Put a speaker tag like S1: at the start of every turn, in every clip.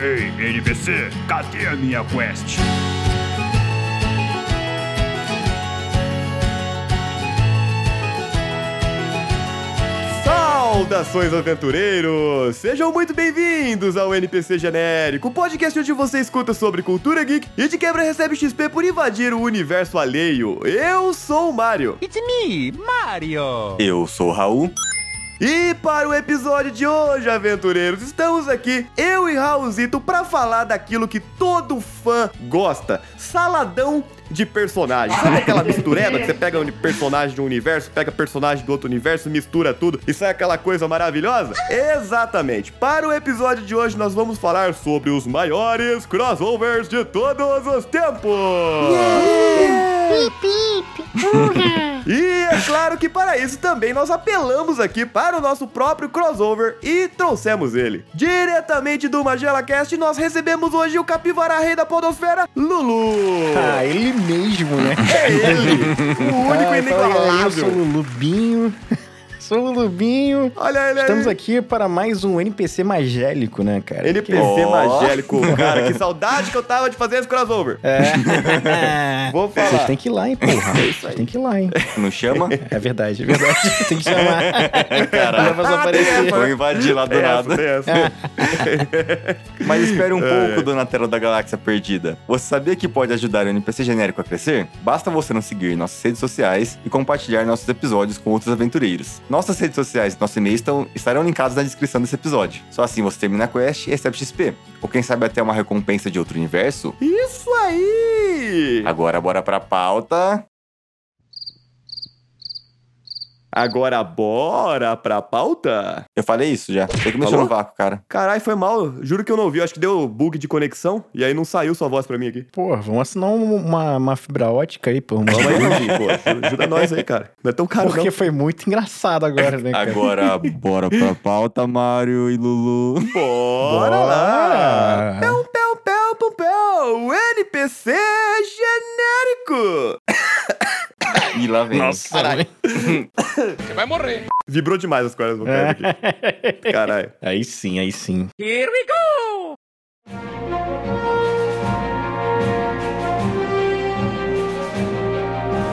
S1: Ei, NPC, cadê a minha quest?
S2: Saudações, aventureiros! Sejam muito bem-vindos ao NPC Genérico, o podcast onde você escuta sobre cultura geek e de quebra recebe XP por invadir o universo alheio. Eu sou o Mario.
S3: It's me, Mario!
S4: Eu sou o Raul.
S2: E para o episódio de hoje, aventureiros, estamos aqui, eu e Raulzito, para falar daquilo que todo fã gosta: saladão de personagens. Sabe aquela mistureba que você pega um personagem de um universo, pega personagem do outro universo, mistura tudo e sai aquela coisa maravilhosa? Exatamente. Para o episódio de hoje, nós vamos falar sobre os maiores crossovers de todos os tempos. E é claro que para isso também nós apelamos aqui para o nosso próprio crossover e trouxemos ele. Diretamente do MagelaCast, nós recebemos hoje o capivara rei da podosfera, Lulu.
S5: Ah, ele mesmo, né?
S2: É ele, o É. único
S5: Ah, fala aí, Eu
S2: inigualável.
S5: sou o Lubinho. Sou o Lubinho.
S2: Olha ele
S5: Estamos
S2: aí.
S5: aqui para mais um NPC magélico, né, cara?
S2: NPC
S4: Ó.
S2: magélico, cara, que saudade que eu tava de fazer esse crossover.
S5: É.
S2: Vou falar.
S5: Vocês têm que ir lá, hein,
S2: É
S5: porra. Vocês têm que ir lá, hein.
S4: Não chama?
S5: É verdade, é verdade. Tem que chamar.
S4: Caralho.
S5: Vai fazer aparecer.
S4: Vou invadir lá do
S2: Tem essa,
S4: nada.
S2: tem
S5: É.
S2: essa.
S4: Mas espere um
S2: É,
S4: pouco,
S2: é.
S4: Dona Tela da Galáxia Perdida. Você sabia que pode ajudar o NPC genérico a crescer? Basta você nos seguir em nossas redes sociais e compartilhar nossos episódios com outros aventureiros. Nossas redes sociais e nosso e-mail estão, estarão linkados na descrição desse episódio. Só assim você termina a quest e recebe XP. Ou quem sabe até uma recompensa de outro universo?
S2: Isso aí!
S4: Agora bora pra pauta.
S2: Agora bora pra pauta?
S4: Eu falei isso já. Tem que mexer
S2: Falou?
S4: no vácuo, cara.
S2: Carai, foi mal. Juro que eu não vi. Acho que deu bug de conexão. E aí não saiu sua voz pra mim aqui.
S5: Porra, vamos assinar um- uma, uma fibra ótica aí, pô.
S2: Vamos aí, Leandrinho, pô. Ajuda, ajuda nós aí, cara. Não é tão caro,
S5: Porque
S2: não.
S5: foi muito engraçado agora, né, cara?
S4: Agora bora pra pauta, Mario e Lulu.
S2: Bora lá! Pão, pão, pão, pão, pão! NPC genérico!
S4: E lá vem.
S5: Caralho.
S2: Vibrou demais as cordas vocais aqui. Caralho.
S5: Aí sim, aí sim.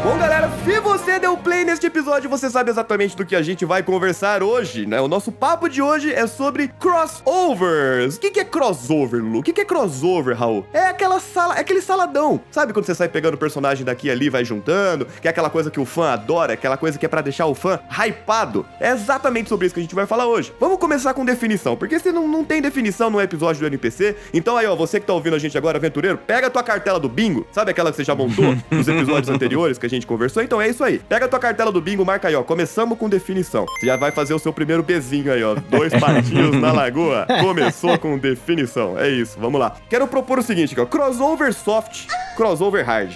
S2: Bom, galera, se você deu play neste episódio, você sabe exatamente do que a gente vai conversar hoje, né? O nosso papo de hoje é sobre crossovers. O que, que é crossover, Lu? O que, que é crossover, Raul? É aquela sala, é aquele saladão. Sabe quando você sai pegando o personagem daqui e ali, e vai juntando? Que é aquela coisa que o fã adora, aquela coisa que é pra deixar o fã hypado. É exatamente sobre isso que a gente vai falar hoje. Vamos começar com definição, porque se não, não tem definição no episódio do NPC, então aí, ó, você que tá ouvindo a gente agora, aventureiro, pega a tua cartela do bingo, sabe aquela que você já montou nos episódios anteriores que a gente conversou? Então é isso aí. Pega a tua cartela do bingo, marca aí, ó, começamos com definição. Você já vai fazer o seu primeiro bezinho aí, ó, dois patinhos na lagoa. Começou com definição, é isso, vamos lá. Quero propor o seguinte, aqui, ó, crossover soft, crossover hard.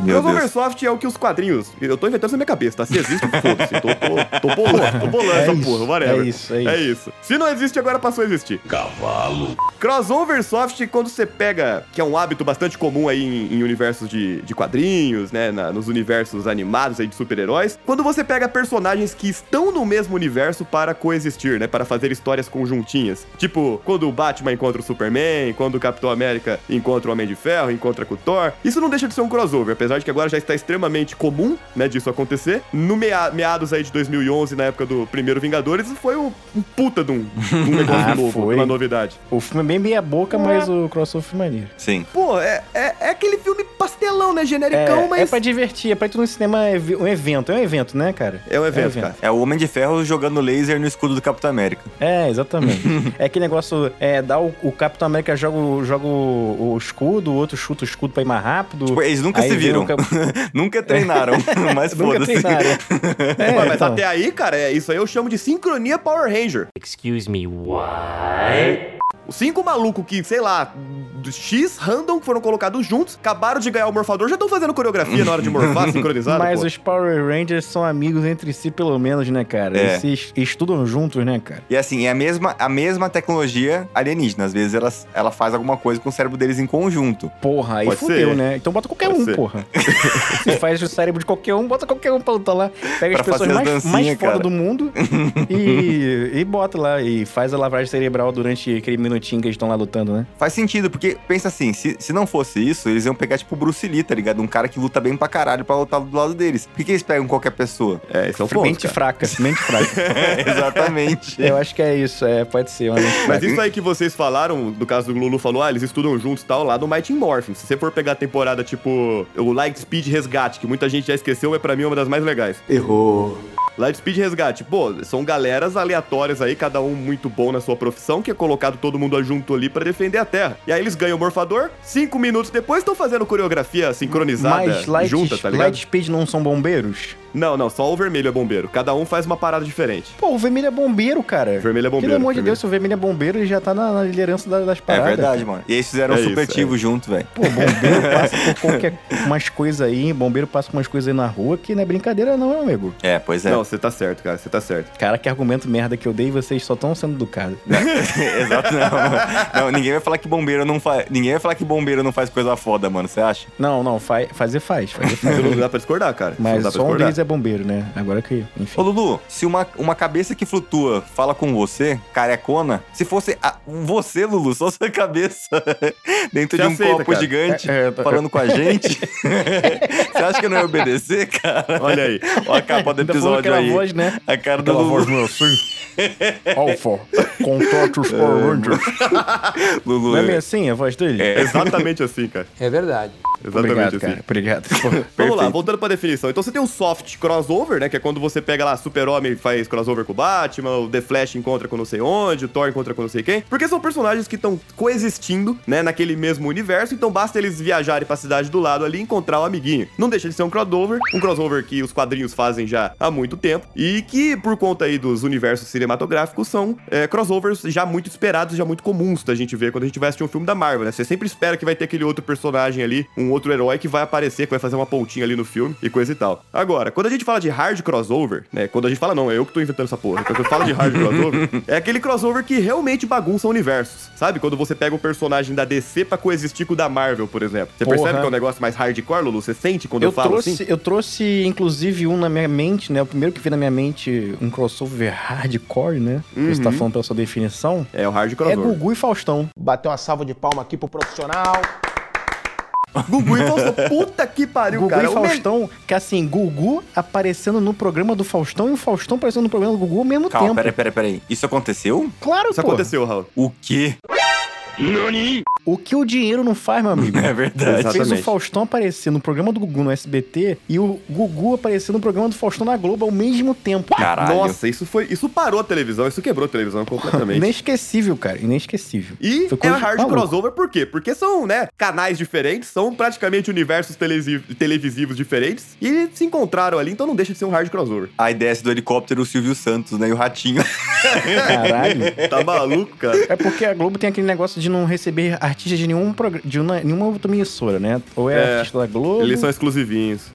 S4: Meu
S2: crossover
S4: Deus.
S2: soft é o que os quadrinhos. Eu tô inventando isso na minha cabeça, tá? Se existe, foda-se. Tô, tô, tô bolando, tô bolando
S5: É
S2: essa
S5: isso,
S2: porra, whatever.
S5: é isso, é isso.
S2: Se não existe, agora passou a existir. Cavalo. Crossover soft, quando você pega, que é um hábito bastante comum aí em, em universos de, de quadrinhos, né? na- nos universos animados aí de super-heróis. Quando você pega personagens que estão no mesmo universo para coexistir, né? Para fazer histórias conjuntinhas. Tipo, quando o Batman encontra o Superman, quando o Capitão América encontra o Homem de Ferro, encontra com o Thor. Isso não deixa de ser um crossover, apesar de que agora já está extremamente comum, né, disso acontecer. No mea- meados aí de 2011, na época do primeiro Vingadores, foi um, um puta de um, de um negócio
S5: Ah,
S2: novo,
S5: foi.
S2: uma novidade.
S5: O filme é bem meia boca, mas
S2: é.
S5: o crossover foi maneiro.
S4: Sim.
S2: Pô, é, é, é aquele filme pastelão, né, genericão,
S5: é,
S2: mas...
S5: é pra divertir, é pra ir no cinema, é vi- um evento, é um evento, né, cara?
S2: É um evento,
S5: evento.
S2: cara.
S4: É o Homem de Ferro jogando laser no escudo do Capitão América.
S5: É, exatamente. é aquele negócio, é, dá o, o Capitão América joga, o- joga o, o escudo, o outro chuta o escudo pra ir mais rápido.
S4: Tipo, eles nunca
S5: Aí
S4: se
S5: vira
S4: viram.
S5: um cap-
S4: nunca treinaram, mas
S5: Nunca
S4: foda-se.
S5: treinaram. É,
S2: Ué, mas tá
S5: então.
S2: até aí, cara, é, isso aí eu chamo de sincronia Power Ranger.
S6: Excuse me, what?
S2: Os cinco malucos que, sei lá, do X random foram colocados juntos, acabaram de ganhar o morfador, já estão fazendo coreografia na hora de morfar, sincronizado.
S5: Mas
S2: pô.
S5: os Power Rangers são amigos entre si, pelo menos, né, cara?
S4: É.
S5: Eles se es- estudam juntos, né, cara?
S4: E assim, é a mesma, a mesma tecnologia alienígena. Às vezes ela, ela faz alguma coisa com o cérebro deles em conjunto.
S5: Porra, aí
S2: Pode
S5: fudeu,
S2: ser.
S5: né? Então bota qualquer
S2: Pode
S5: um,
S2: ser.
S5: porra. Se faz o cérebro de qualquer um, bota qualquer um pra lutar lá. Pega
S4: Pra
S5: as
S4: fazer
S5: pessoas
S4: as
S5: mais, mais
S4: dancinhas,
S5: foda
S4: cara.
S5: do mundo e, e bota lá. E faz a lavagem cerebral durante aquele minu- do Tinga eles estão lá lutando, né?
S4: Faz sentido, porque pensa assim, se, se não fosse isso, eles iam pegar tipo o Bruce Lee, tá ligado? Um cara que luta bem pra caralho pra lutar do lado deles. Por que, que eles pegam qualquer pessoa?
S2: É, esse é o ponto.
S5: mente
S2: cara.
S5: fraca, mente fraca.
S4: É, exatamente.
S5: Eu acho que é isso, é, pode ser, mano.
S2: Mas isso aí que vocês falaram, do caso do Lulu falou, ah, eles estudam juntos e tal, lá do Mighty Morphin. Se você for pegar a temporada tipo o Lightspeed Resgate, que muita gente já esqueceu, é pra mim uma das mais legais.
S4: Errou.
S2: Lightspeed Resgate, pô, são galeras aleatórias aí, cada um muito bom na sua profissão, que é colocado todo mundo junto ali pra defender a Terra. E aí eles ganham o Morfador, cinco minutos depois estão fazendo coreografia sincronizada,
S5: Mas Light,
S2: junta, tá ligado?
S5: Light Speed não são bombeiros?
S2: Não, não, só o vermelho é bombeiro. Cada um faz uma parada diferente.
S5: Pô, o vermelho é bombeiro, cara.
S2: Vermelho é bombeiro.
S5: Pelo amor de
S2: vermelho.
S5: Deus, se o vermelho é bombeiro, ele já tá na, na liderança da- das
S4: É
S5: paradas.
S4: verdade, mano. E eles fizeram
S2: É
S4: um
S2: isso,
S4: supletivo junto, velho.
S5: Pô, bombeiro passa por qualquer umas coisas aí, bombeiro passa por umas coisas aí na rua que não é brincadeira, não, meu amigo.
S4: É, pois é.
S2: Não, você tá certo, cara, você tá certo.
S5: Cara, que argumento merda que eu dei, vocês só estão sendo educados.
S4: Exato, não. Não, ninguém vai falar que bombeiro não faz. Ninguém vai falar que bombeiro não faz coisa foda, mano. Você acha?
S5: Não, não, fa- fazer faz, fazer faz.
S2: Mas não dá pra discordar, cara. não
S5: Mas
S2: dá pra
S5: só um
S2: discordar.
S5: deles é bombeiro, né? Agora que, enfim.
S4: Ô Lulu, se uma, uma cabeça que flutua fala com você, carecona, se fosse a- você, Lulu, só sua cabeça dentro
S2: Você
S4: de um
S2: aceita,
S4: copo
S2: cara.
S4: gigante
S5: É, é, tá-
S4: falando com a gente, você acha que eu não ia obedecer, cara?
S2: Olha aí.
S4: Olha a capa do
S5: Ainda falou
S4: episódio
S5: aquela
S4: aí.
S5: voz, né?
S4: A cara do Lulu.
S2: assim.
S5: Alfa, contrata os Power Rangers.
S4: Lulu.
S5: Não é meio assim a voz dele?
S4: É.
S2: Exatamente assim, cara.
S7: É verdade.
S2: Exatamente
S5: Obrigado,
S2: assim.
S5: cara. Obrigado.
S2: Vamos lá,
S4: Perfeito.
S2: voltando pra definição. Então você tem o soft crossover, né? Que é quando você pega lá Super-Homem e faz crossover com o Batman, o The Flash encontra com não sei onde, o Thor encontra com não sei quem. Porque são personagens que estão coexistindo, né? Naquele mesmo universo, então basta eles viajarem pra cidade do lado ali e encontrar o amiguinho. Não deixa de ser um crossover, um crossover que os quadrinhos fazem já há muito tempo e que, por conta aí dos universos cinematográficos, são é, crossovers já muito esperados, já muito comuns da gente ver quando a gente vai assistir um filme da Marvel, né? Você sempre espera que vai ter aquele outro personagem ali, um outro herói que vai aparecer, que vai fazer uma pontinha ali no filme e coisa e tal. Agora, quando a gente fala de hard crossover, né? Quando a gente fala, não, é eu que tô inventando essa porra. Quando eu falo de hard crossover, é aquele crossover que realmente bagunça universos, sabe? Quando você pega o personagem da DC pra coexistir com o da Marvel, por exemplo. Você percebe
S5: Porra.
S2: que é um negócio mais hardcore, Lulu? Você sente quando eu,
S5: Eu
S2: falo
S5: trouxe,
S2: assim?
S5: eu trouxe, inclusive, um na minha mente, né? O primeiro que veio na minha mente, um crossover hardcore, né? Que Você
S2: Uhum.
S5: tá falando pela sua definição.
S2: É o hard
S5: É
S2: crossover.
S5: Gugu e Faustão.
S7: Bateu uma salva de palma aqui pro profissional.
S2: Gugu e Faustão. Puta que pariu,
S5: Gugu
S2: cara.
S5: e
S2: É o me-
S5: Faustão, que assim, Gugu aparecendo no programa do Faustão e o Faustão aparecendo no programa do Gugu ao mesmo
S4: Calma,
S5: tempo.
S4: peraí, peraí, peraí. Isso aconteceu?
S5: Claro,
S2: Isso
S5: pô.
S2: aconteceu, Raul.
S4: O quê?
S5: O que o dinheiro não faz, meu amigo?
S4: É verdade.
S5: Fez o
S2: Exatamente.
S5: Faustão aparecer no programa do Gugu no SBT e o Gugu aparecer no programa do Faustão na Globo ao mesmo tempo.
S4: Caralho.
S2: Nossa, isso foi. Isso parou a televisão, isso quebrou a televisão completamente.
S5: Inesquecível, cara. Inesquecível.
S2: E
S5: Foi coisa
S2: é
S5: de
S2: hard
S5: maluco.
S2: crossover por quê? Porque são, né, canais diferentes, são praticamente universos telesi- televisivos diferentes e eles se encontraram ali, então não deixa de ser um hard crossover.
S4: Aí desce é do helicóptero o Silvio Santos, né? E o Ratinho.
S5: Caralho.
S2: Tá maluco, cara?
S5: É porque a Globo tem aquele negócio de não receber artistas de, nenhum prog- de uma- nenhuma outra emissora, né? Ou é,
S2: É.
S5: artista da Globo.
S2: Eles são exclusivinhos.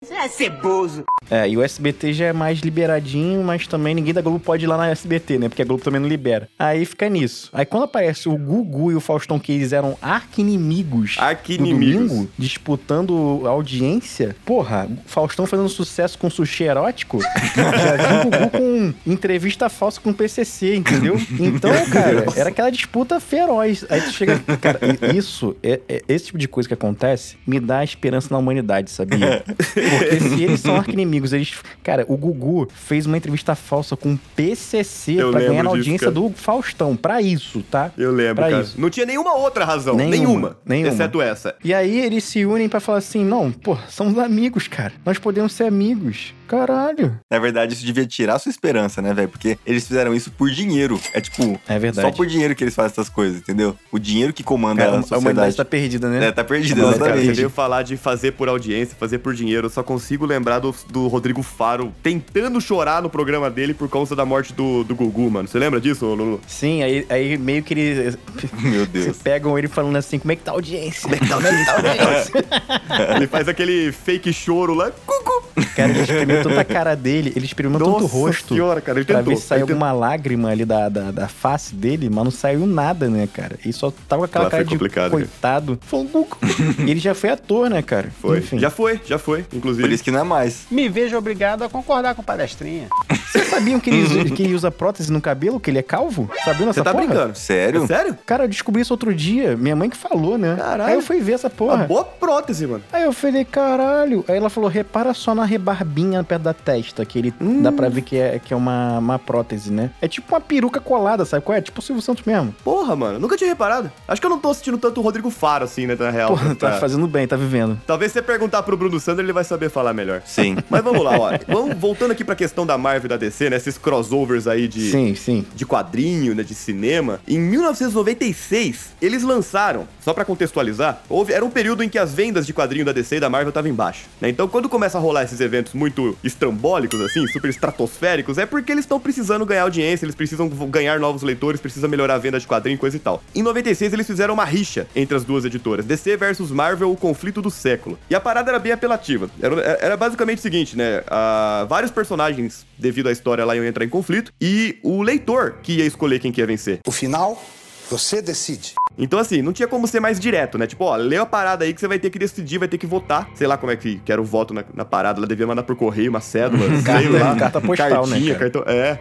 S5: É, e o SBT já é mais liberadinho, mas também ninguém da Globo pode ir lá na SBT, né? Porque a Globo também não libera. Aí fica nisso. Aí quando aparece o Gugu e o Faustão, que eles eram arqui-inimigos do
S2: Arqui-inimigos.
S5: domingo, disputando audiência, porra, Faustão fazendo sucesso com sushi erótico, já vi o Gugu com entrevista falsa com o PCC, entendeu? Então, cara, era aquela disputa feroz. Aí tu chega... Cara, i- isso, é- é- esse tipo de coisa que acontece, me dá esperança na humanidade, sabia? Porque se eles são arqui-inimigos, eles. Cara, o Gugu fez uma entrevista falsa com o PCC
S2: Eu
S5: pra
S2: lembro
S5: ganhar na
S2: disso, cara.
S5: audiência do Faustão. Pra isso, tá?
S2: Eu lembro,
S5: Pra
S2: cara.
S5: isso.
S2: Não tinha nenhuma outra razão.
S5: Nenhuma,
S2: Nenhuma.
S5: nenhuma.
S2: Exceto essa.
S5: E aí eles se unem pra falar assim: não, pô, somos amigos, cara. Nós podemos ser amigos. Caralho.
S4: Na verdade, isso devia tirar sua esperança, né, velho? Porque eles fizeram isso por dinheiro. É tipo,
S5: É verdade.
S4: só por dinheiro que eles fazem essas coisas, entendeu? O dinheiro que comanda É, a
S5: Cara, a humanidade
S4: sociedade.
S5: tá perdida, né?
S4: É, tá perdido,
S5: Nossa, cara,
S2: Você
S4: exatamente.
S2: veio falar de fazer por audiência, fazer por dinheiro. Eu só consigo lembrar do, do Rodrigo Faro tentando chorar no programa dele por causa da morte do, do Gugu, mano. Você lembra disso, Lulu?
S5: Sim, aí, aí meio que eles
S4: Meu Deus.
S5: pegam ele falando assim: como é que tá a audiência?
S2: Ele faz aquele fake choro lá. Cucu,
S5: Cara, ele experimentou tanta cara dele, ele experimentou tanto o
S2: Nossa
S5: rosto.
S2: senhora, cara, ele
S5: pra
S2: tentou,
S5: ver se saiu
S2: ele
S5: alguma lágrima ali da, da, da face dele, mas não saiu nada, né, cara? Ele só tava com aquela
S2: Lá foi
S5: cara de
S2: complicado, cara.
S5: coitado. Falou, "Guco". ele já foi ator, né, cara?
S2: Foi.
S5: Enfim.
S2: Já foi, já foi, inclusive.
S4: Por isso que não é mais.
S8: Me vejo obrigado a concordar com o palestrinha.
S5: Vocês sabiam que ele, usa- que ele usa prótese no cabelo, que ele é calvo? Sabiam dessa
S2: Você tá
S5: porra?
S2: brincando.
S5: é
S4: Sério?
S2: Sério?
S5: Cara, eu descobri isso outro dia. Minha mãe que falou, né?
S2: Caralho.
S5: Aí eu fui ver essa
S2: Uma
S5: porra.
S2: boa prótese, mano.
S5: Aí eu falei, caralho. Aí ela falou, repara só na rebarbinha perto da testa, que ele
S2: Hum.
S5: dá pra ver que é, que é uma, uma prótese, né? É tipo uma peruca colada, sabe qual é? Tipo o Silvio Santos mesmo.
S2: Porra, mano, nunca tinha reparado. Acho que eu não tô assistindo tanto o Rodrigo Faro assim, né, na real.
S5: Porra, tá
S2: Pra-
S5: fazendo bem, tá vivendo.
S2: Talvez se você perguntar pro Bruno Sanders, ele vai saber falar melhor.
S4: Sim.
S2: Mas vamos lá, ó. Vamos, voltando aqui pra questão da Marvel e da DC, né? Esses crossovers aí de,
S5: Sim, sim.
S2: de quadrinho, né, de cinema. Em 1996, eles lançaram, só pra contextualizar, houve, era um período em que as vendas de quadrinho da DC e da Marvel estavam embaixo, né? Então, quando começa a rolar esses eventos muito estrambólicos assim, super estratosféricos, é porque eles estão precisando ganhar audiência, eles precisam vo- ganhar novos leitores, precisam melhorar a venda de quadrinho, coisa e tal. Em 96, eles fizeram uma rixa entre as duas editoras, DC versus Marvel, o conflito do século. E a parada era bem apelativa. Era, era basicamente o seguinte, né? Ah, vários personagens, devido à história lá, iam entrar em conflito, e o leitor que ia escolher quem que ia vencer.
S9: O final, você decide.
S2: Então, assim, não tinha como ser mais direto, né? Tipo, ó, leu a parada aí que você vai ter que decidir, vai ter que votar. Sei lá como é que, que era o voto na, na parada. Ela devia mandar por correio, uma cédula, sei
S5: Carta-
S2: lá.
S5: carta postal, né,
S2: cartinha,
S5: cara?
S2: Cartão, é,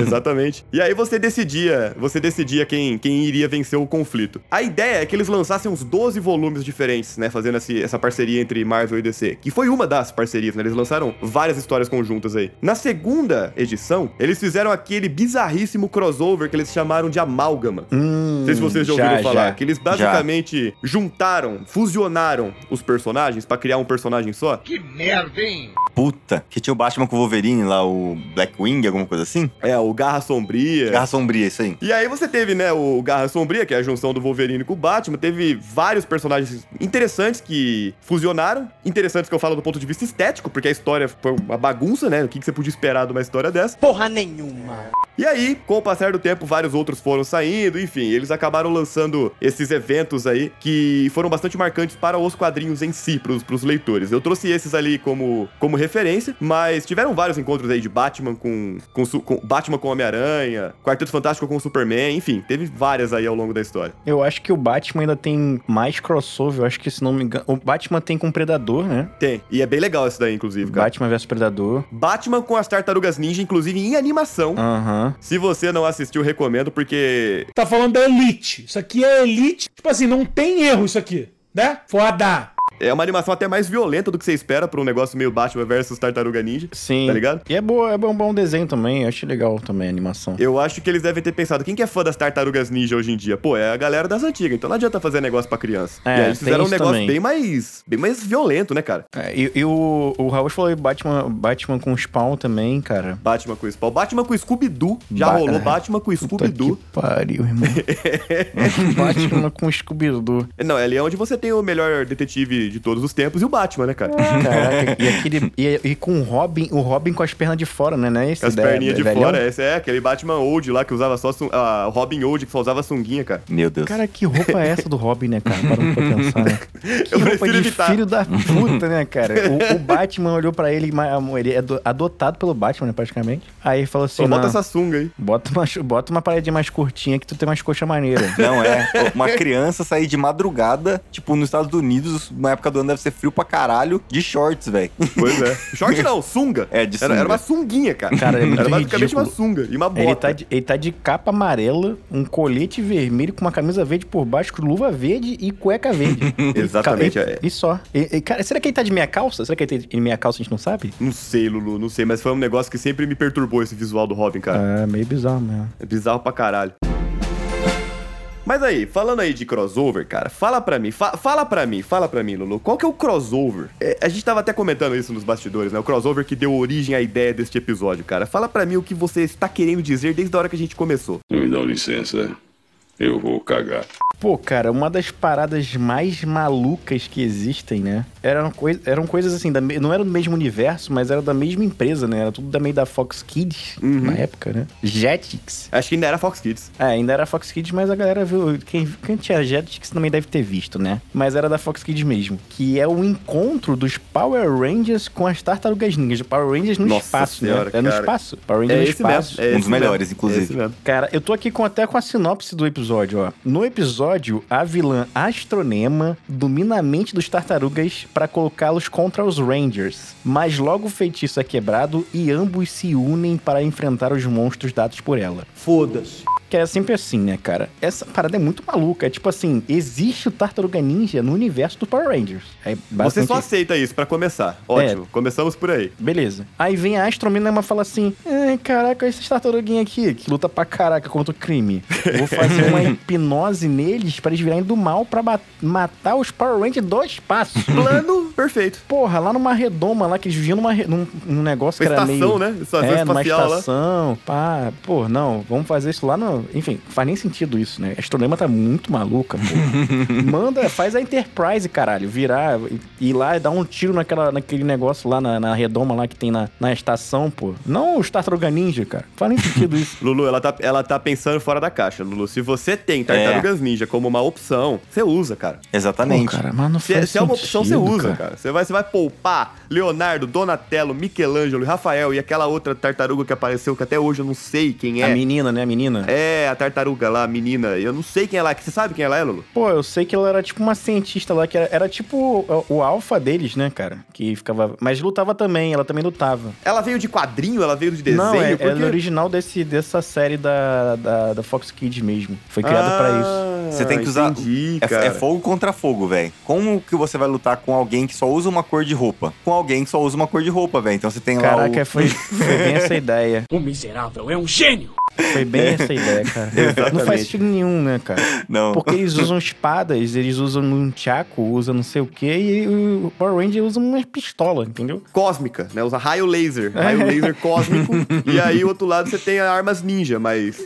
S2: exatamente. E aí você decidia, você decidia quem, quem iria vencer o conflito. A ideia é que eles lançassem uns 12 volumes diferentes, né? Fazendo esse- essa parceria entre Marvel e DC. Que foi uma das parcerias, né? Eles lançaram várias histórias conjuntas aí. Na segunda edição, eles fizeram aquele bizarríssimo crossover que eles chamaram de amálgama.
S5: Hum,
S2: Não sei se vocês já ouviram falar. Que eles basicamente juntaram, fusionaram os personagens pra criar um personagem só.
S4: Puta. Que tinha o Batman com o Wolverine lá, o Blackwing, alguma coisa assim.
S2: É, o Garra
S5: É.
S2: Sombria.
S4: Garra Sombria, isso aí.
S2: E aí você teve, né, o Garra Sombria, que é a junção do Wolverine com o Batman, teve vários personagens interessantes que fusionaram, interessantes que eu falo do ponto de vista estético, porque a história foi uma bagunça, né, o que que você podia esperar de uma história dessa.
S7: Porra nenhuma.
S2: E aí, com o passar do tempo, vários outros foram saindo, enfim, eles acabaram lançando esses eventos aí que foram bastante marcantes para os quadrinhos em si, pros, pros leitores. Eu trouxe esses ali como, como referência, mas tiveram vários encontros aí de Batman com, com, su- com- Batman com Homem-Aranha, Quarteto Fantástico com Superman, enfim, teve várias aí ao longo da história.
S5: Eu acho que o Batman ainda tem mais crossover. Eu acho que, se não me engano, o Batman tem com o Predador, né?
S2: Tem, e é bem legal isso daí, inclusive, cara.
S5: Batman versus Predador.
S2: Batman com as Tartarugas Ninja, inclusive em animação.
S5: Ah. Aham.
S2: Se você não assistiu, recomendo, porque
S10: Tá falando da elite. Isso aqui é elite. Tipo assim, não tem erro isso aqui, né? Foda.
S2: é uma animação até mais violenta do que você espera pra um negócio meio Batman versus Tartaruga Ninja.
S5: Sim.
S2: Tá ligado?
S5: E é, boa, é bom, bom desenho também. Eu achei legal também a animação.
S2: Eu acho que eles devem ter pensado, quem que é fã das tartarugas ninja hoje em dia? Pô, é a galera das antigas, então não adianta fazer negócio pra criança.
S5: É,
S2: e aí eles
S5: tem
S2: fizeram um
S5: isso
S2: negócio
S5: também.
S2: bem mais, bem mais violento, né, cara?
S5: É, e e o, o Raul falou aí Batman, Batman com Spawn também, cara.
S2: Batman com o Spawn. Batman com o Scooby-Doo. Já
S5: Ba-
S2: rolou
S5: é.
S2: Batman com o
S5: Puta
S2: Scooby-Doo.
S5: que pariu, irmão. Batman com Scooby-Doo.
S2: Não, ali é onde você tem o melhor detetive de todos os tempos e o Batman, né, cara?
S5: É. Caraca, e aquele. E, e com o Robin, o Robin com as pernas de fora, né? né? Esse
S2: Com As
S5: da-
S2: perninhas de
S5: velhão?
S2: fora, esse é aquele Batman Old lá que usava só. sun- ah, Robin Old que só usava sunguinha, cara.
S4: Meu Deus.
S5: Cara, que roupa é essa do Robin, né, cara? Para pra pensar, né? Que
S2: Eu
S5: roupa
S2: prefiro
S5: de
S2: evitar.
S5: filho da puta, né, cara? O, o Batman olhou pra ele, mas, amor, ele é do- adotado pelo Batman, né, praticamente. Aí ele falou assim,
S2: Só bota
S5: "Não,
S2: essa sunga aí.
S5: bota, uma, bota uma parede mais curtinha que tu tem umas coxas maneiras.
S4: Não é. Uma criança sair de madrugada, tipo, nos Estados Unidos, na época do ano deve ser frio pra caralho, de shorts, velho.
S2: Pois é. Short não, sunga.
S4: É, de
S2: Era, era
S4: sunga.
S2: uma sunguinha, cara.
S5: Cara, é muito
S2: Era basicamente
S5: ridículo.
S2: uma sunga e uma bota.
S5: Ele tá, de, ele tá de capa amarela, um colete vermelho com uma camisa verde por baixo, com luva verde e cueca verde.
S2: Exatamente,
S5: E,
S2: é.
S5: e só. E- e, cara, será que ele tá de meia calça? Será que ele tá de meia calça e a gente não sabe?
S2: Não sei, Lulu, não sei, mas foi um negócio que sempre me perturbou esse visual do Robin, cara.
S5: Ah, meio bizarro mesmo.
S2: É bizarro pra caralho. Mas aí, falando aí de crossover, cara, fala pra mim, fa- fala pra mim, fala pra mim, Lulu, qual que é o crossover? É, a gente tava até comentando isso nos bastidores, né? O crossover que deu origem à ideia deste episódio, cara. Fala pra mim o que você está querendo dizer desde a hora que a gente começou.
S11: Me dão licença.
S1: Eu vou cagar.
S5: Pô, cara, uma das paradas mais malucas que existem, né? Eram, coi eram coisas assim, da me- não era do mesmo universo, mas era da mesma empresa, né? Era tudo da meio da Fox Kids, na época, né? Jetix.
S2: Acho que ainda era Fox Kids.
S5: É, ainda era Fox Kids, mas a galera viu. Quem, quem tinha Jetix também deve ter visto, né? Mas era da Fox Kids mesmo. Que é o encontro dos Power Rangers com as tartarugas ninjas. Power Rangers no
S2: Nossa
S5: espaço,
S2: senhora,
S5: né? É no
S2: cara.
S5: espaço. Power Rangers no espaço.
S2: é
S4: Um dos
S2: esse
S4: melhores,
S2: mesmo,
S4: inclusive.
S2: é esse mesmo.
S5: Cara, eu tô aqui com, até com a sinopse do episódio, ó. No episódio, a vilã Astronema domina a mente dos tartarugas pra colocá-los contra os Rangers. Mas logo o feitiço é quebrado e ambos se unem para enfrentar os monstros dados por ela.
S7: Foda-se.
S5: Que é sempre assim, né, cara? Essa parada é muito maluca. É tipo assim, existe o Tartaruga Ninja no universo do Power Rangers. É
S2: Você só
S5: basicamente
S2: aceita isso pra começar.
S5: É.
S2: Ótimo, começamos por aí.
S5: Beleza. Aí vem a Astromina e fala assim: Ai, caraca, esses tartaruguinhos aqui, que luta pra caraca contra o crime. Vou fazer uma hipnose neles pra eles virarem do mal pra ba- matar os Power Rangers do espaço.
S2: Plano perfeito.
S5: Porra, lá numa redoma lá, que eles viviam numa, re- num, num negócio
S2: Uma
S5: que era
S2: estação,
S5: meio...
S2: né? Estação
S5: é, numa
S2: espacial lá.
S5: estação, pá. Pô, não, vamos fazer isso lá no... Enfim, faz nem sentido isso, né? A Astronema tá muito maluca, pô. Manda, faz a Enterprise, caralho, virar, ir lá e dar um tiro naquela, naquele negócio lá, na, na redoma lá que tem na, na estação, pô. Não os Tartaruga Ninja, cara. Faz nem sentido isso.
S2: Lulu, ela tá, ela tá pensando fora da caixa, Lulu. Se você tem
S5: É.
S2: Tartarugas Ninja como uma opção, você usa, cara.
S5: Pô,
S4: Exatamente.
S5: cara, mas não
S2: Se,
S5: faz
S2: se é uma opção, você
S5: sentido,
S2: usa, cara. Você, vai, você vai poupar Leonardo, Donatello, Michelangelo, Rafael e aquela outra tartaruga que apareceu, que até hoje eu não sei quem
S5: A
S2: é.
S5: menina, né, a menina?
S2: É, a tartaruga lá, a menina. Eu não sei quem ela é. Você sabe quem ela é, Lulu?
S5: Pô, eu sei que ela era tipo uma cientista lá, que era, era tipo o, o alfa deles, né, cara? Que ficava. Mas lutava também, ela também lutava.
S2: Ela veio de quadrinho, ela veio de desenho?
S5: Não, é,
S2: porque...
S5: ela é original desse, dessa série da, da, da Fox Kids mesmo. Foi criada
S2: Ah,
S5: pra isso.
S4: Você tem que usar.
S2: Entendi,
S4: é,
S2: cara.
S4: é fogo contra fogo, velho. Como que você vai lutar com alguém que só usa uma cor de roupa? Com alguém que só usa uma cor de roupa, velho. Então você tem lá.
S2: é
S5: Caraca, foi, foi bem essa ideia.
S6: O miserável é um gênio!
S5: Foi bem essa ideia, cara. Não faz sentido nenhum, né, cara?
S4: O... Não.
S5: Porque eles usam espadas, eles usam um tchaco, usam não sei o quê, e o Power Ranger usa uma pistola, entendeu?
S2: Cósmica, né? Usa raio laser.
S5: É.
S2: Raio laser cósmico. e aí, o outro lado, você tem armas ninja, mas...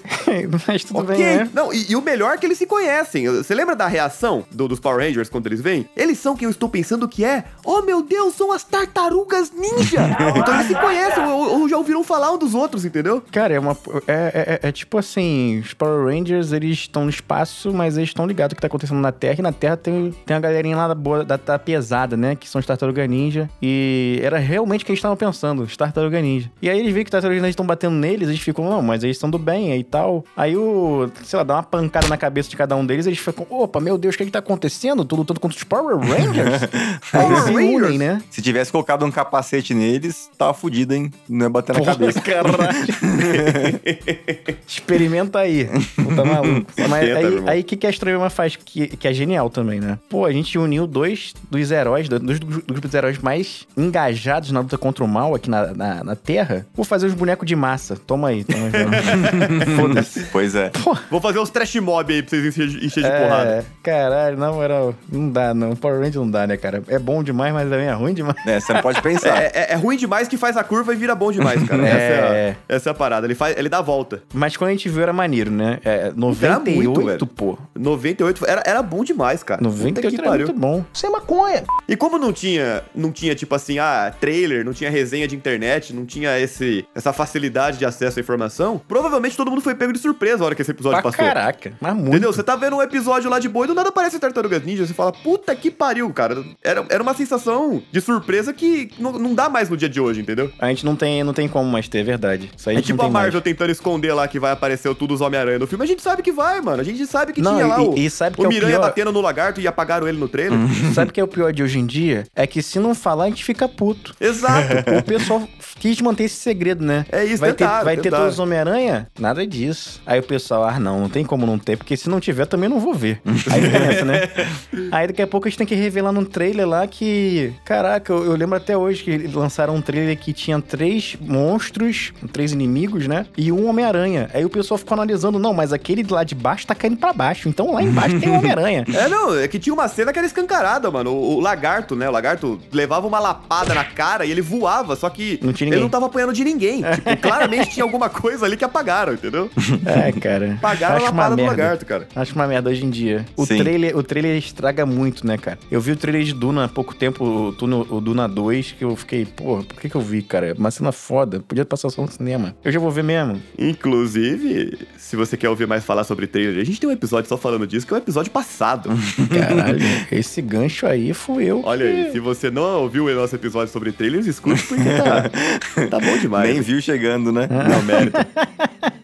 S5: Mas tudo
S2: Ok.
S5: bem, né?
S2: Não, e, e o melhor é que eles se conhecem. Você lembra da reação do- dos Power Rangers quando eles vêm? Eles são quem eu estou pensando que é. Oh, meu Deus, são as tartarugas ninja!
S5: Ah,
S2: então eles se conhecem, ou, ou já ouviram falar um dos outros, entendeu?
S5: Cara, é uma. É, é- é tipo assim, os Power Rangers, eles estão no espaço, mas eles estão ligados ao que tá acontecendo na Terra. E na Terra tem, tem a galerinha lá da, boa, da, da pesada, né? Que são os Tartaruga Ninja. E era realmente o que eles estavam pensando, os Tartaruga Ninja. E aí eles veem que os Tartaruga Ninja estão batendo neles, eles ficam, não, mas eles são do bem aí e tal. Aí o, sei lá, dá uma pancada na cabeça de cada um deles, eles ficam, opa, meu Deus, o que que tá acontecendo? Tô lutando contra os Power Rangers? aí eles se
S2: Rangers?
S5: unem, né?
S4: Se tivesse colocado um capacete neles, tava fudido, hein? Não ia bater na
S5: Porra,
S4: cabeça.
S5: Experimenta aí. Pô, Tá maluco. Mas
S2: Tenta, meu
S5: aí-
S2: irmão.
S5: aí o que, que a Astronema faz? Que, que é genial também, né? Pô, a gente uniu dois dos heróis, dois dos gru- grupos dos heróis mais engajados na luta contra o mal aqui na, na, na Terra. Vou fazer os bonecos de massa. Toma aí, toma aí. Foda-se.
S4: Pois é.
S2: Vou fazer uns trash mob aí pra vocês encher, encher de porrada.
S5: É, caralho, na moral, não dá não. Power Ranger não dá, né, cara? É bom demais, mas também é ruim demais.
S4: É, você não pode pensar.
S2: É, é- é ruim demais que faz a curva e vira bom demais, cara.
S5: Tá. É.
S2: Essa, é a, essa é a parada. Ele, faz, ele dá a volta.
S5: Mas quando a gente viu era maneiro, né? É, 98,
S2: velho.
S5: pô.
S2: 98 era, era bom demais, cara. Puta
S5: 98 era muito bom.
S7: Isso é maconha.
S2: E como não tinha, não tinha tipo assim, ah, trailer, não tinha resenha de internet, não tinha esse, essa facilidade de acesso à informação, provavelmente todo mundo foi pego de surpresa a hora que esse episódio
S5: Pra
S2: passou.
S5: caraca, mas muito.
S2: Entendeu? Você tá vendo um episódio lá de boi, do nada aparece Tartarugas Ninja, você fala, puta que pariu, cara. Era, era uma sensação de surpresa que não, não dá mais no dia de hoje, entendeu?
S5: A gente não tem, não tem como mais ter, é verdade. Isso aí
S2: É
S5: a gente
S2: tipo
S5: não
S2: a
S5: tem mais.
S2: Marvel tentando esconder lá que vai aparecer o tudo os Homem-Aranha no filme. A gente sabe que vai, mano. A gente sabe que
S5: Não,
S2: tinha
S5: e-
S2: lá o,
S5: e sabe que
S2: o
S5: é o
S2: Miranha
S5: pior?
S2: batendo no lagarto e apagaram ele no trailer.
S5: Sabe o que é o pior de hoje em dia? É que se não falar, a gente fica puto.
S2: Exato.
S5: O pessoal quis manter esse segredo, né?
S2: É isso,
S5: vai
S2: tentaram,
S5: ter, vai ter
S2: tentaram.
S5: todos os Homem-Aranha? Nada disso. Aí o pessoal, ah, não, não tem como não ter, porque se não tiver, também não vou ver. Aí fica nessa, né? Aí daqui a pouco a gente tem que revelar num trailer lá que. Caraca, eu, eu lembro até hoje que lançaram um trailer que tinha três monstros, três inimigos, né? E um Homem-Aranha. Homem-Aranha. Aí o pessoal ficou analisando, não, mas aquele lá de baixo tá caindo pra baixo, então lá embaixo tem o Homem-Aranha.
S2: É, não, é que tinha uma cena que era escancarada, mano. O, o lagarto, né? O lagarto levava uma lapada na cara e ele voava, só que
S5: Não tinha
S2: ele
S5: ninguém.
S2: não tava apanhando de ninguém. tipo, claramente tinha alguma coisa ali que apagaram, entendeu?
S5: É, cara.
S2: Apagaram a
S5: Acho uma
S2: lapada do
S5: merda.
S2: lagarto, cara.
S5: Acho uma merda hoje em dia. O
S4: Sim.
S5: trailer, o trailer estraga muito, né, cara? Eu vi o trailer de Duna há pouco tempo, o, Duna- o Duna 2, que eu fiquei, porra, por que, que eu vi, cara? Uma cena foda, podia passar só no cinema. Eu já vou ver mesmo.
S2: Inclusive, se você quer ouvir mais falar sobre trailer, a gente tem um episódio só falando disso, que é o episódio passado.
S5: Caralho, esse gancho aí fui eu.
S2: Olha aí, se você não ouviu o nosso episódio sobre trailers, escute porque tá, tá bom demais.
S4: Nem viu chegando, né?
S2: É. Não, mérito.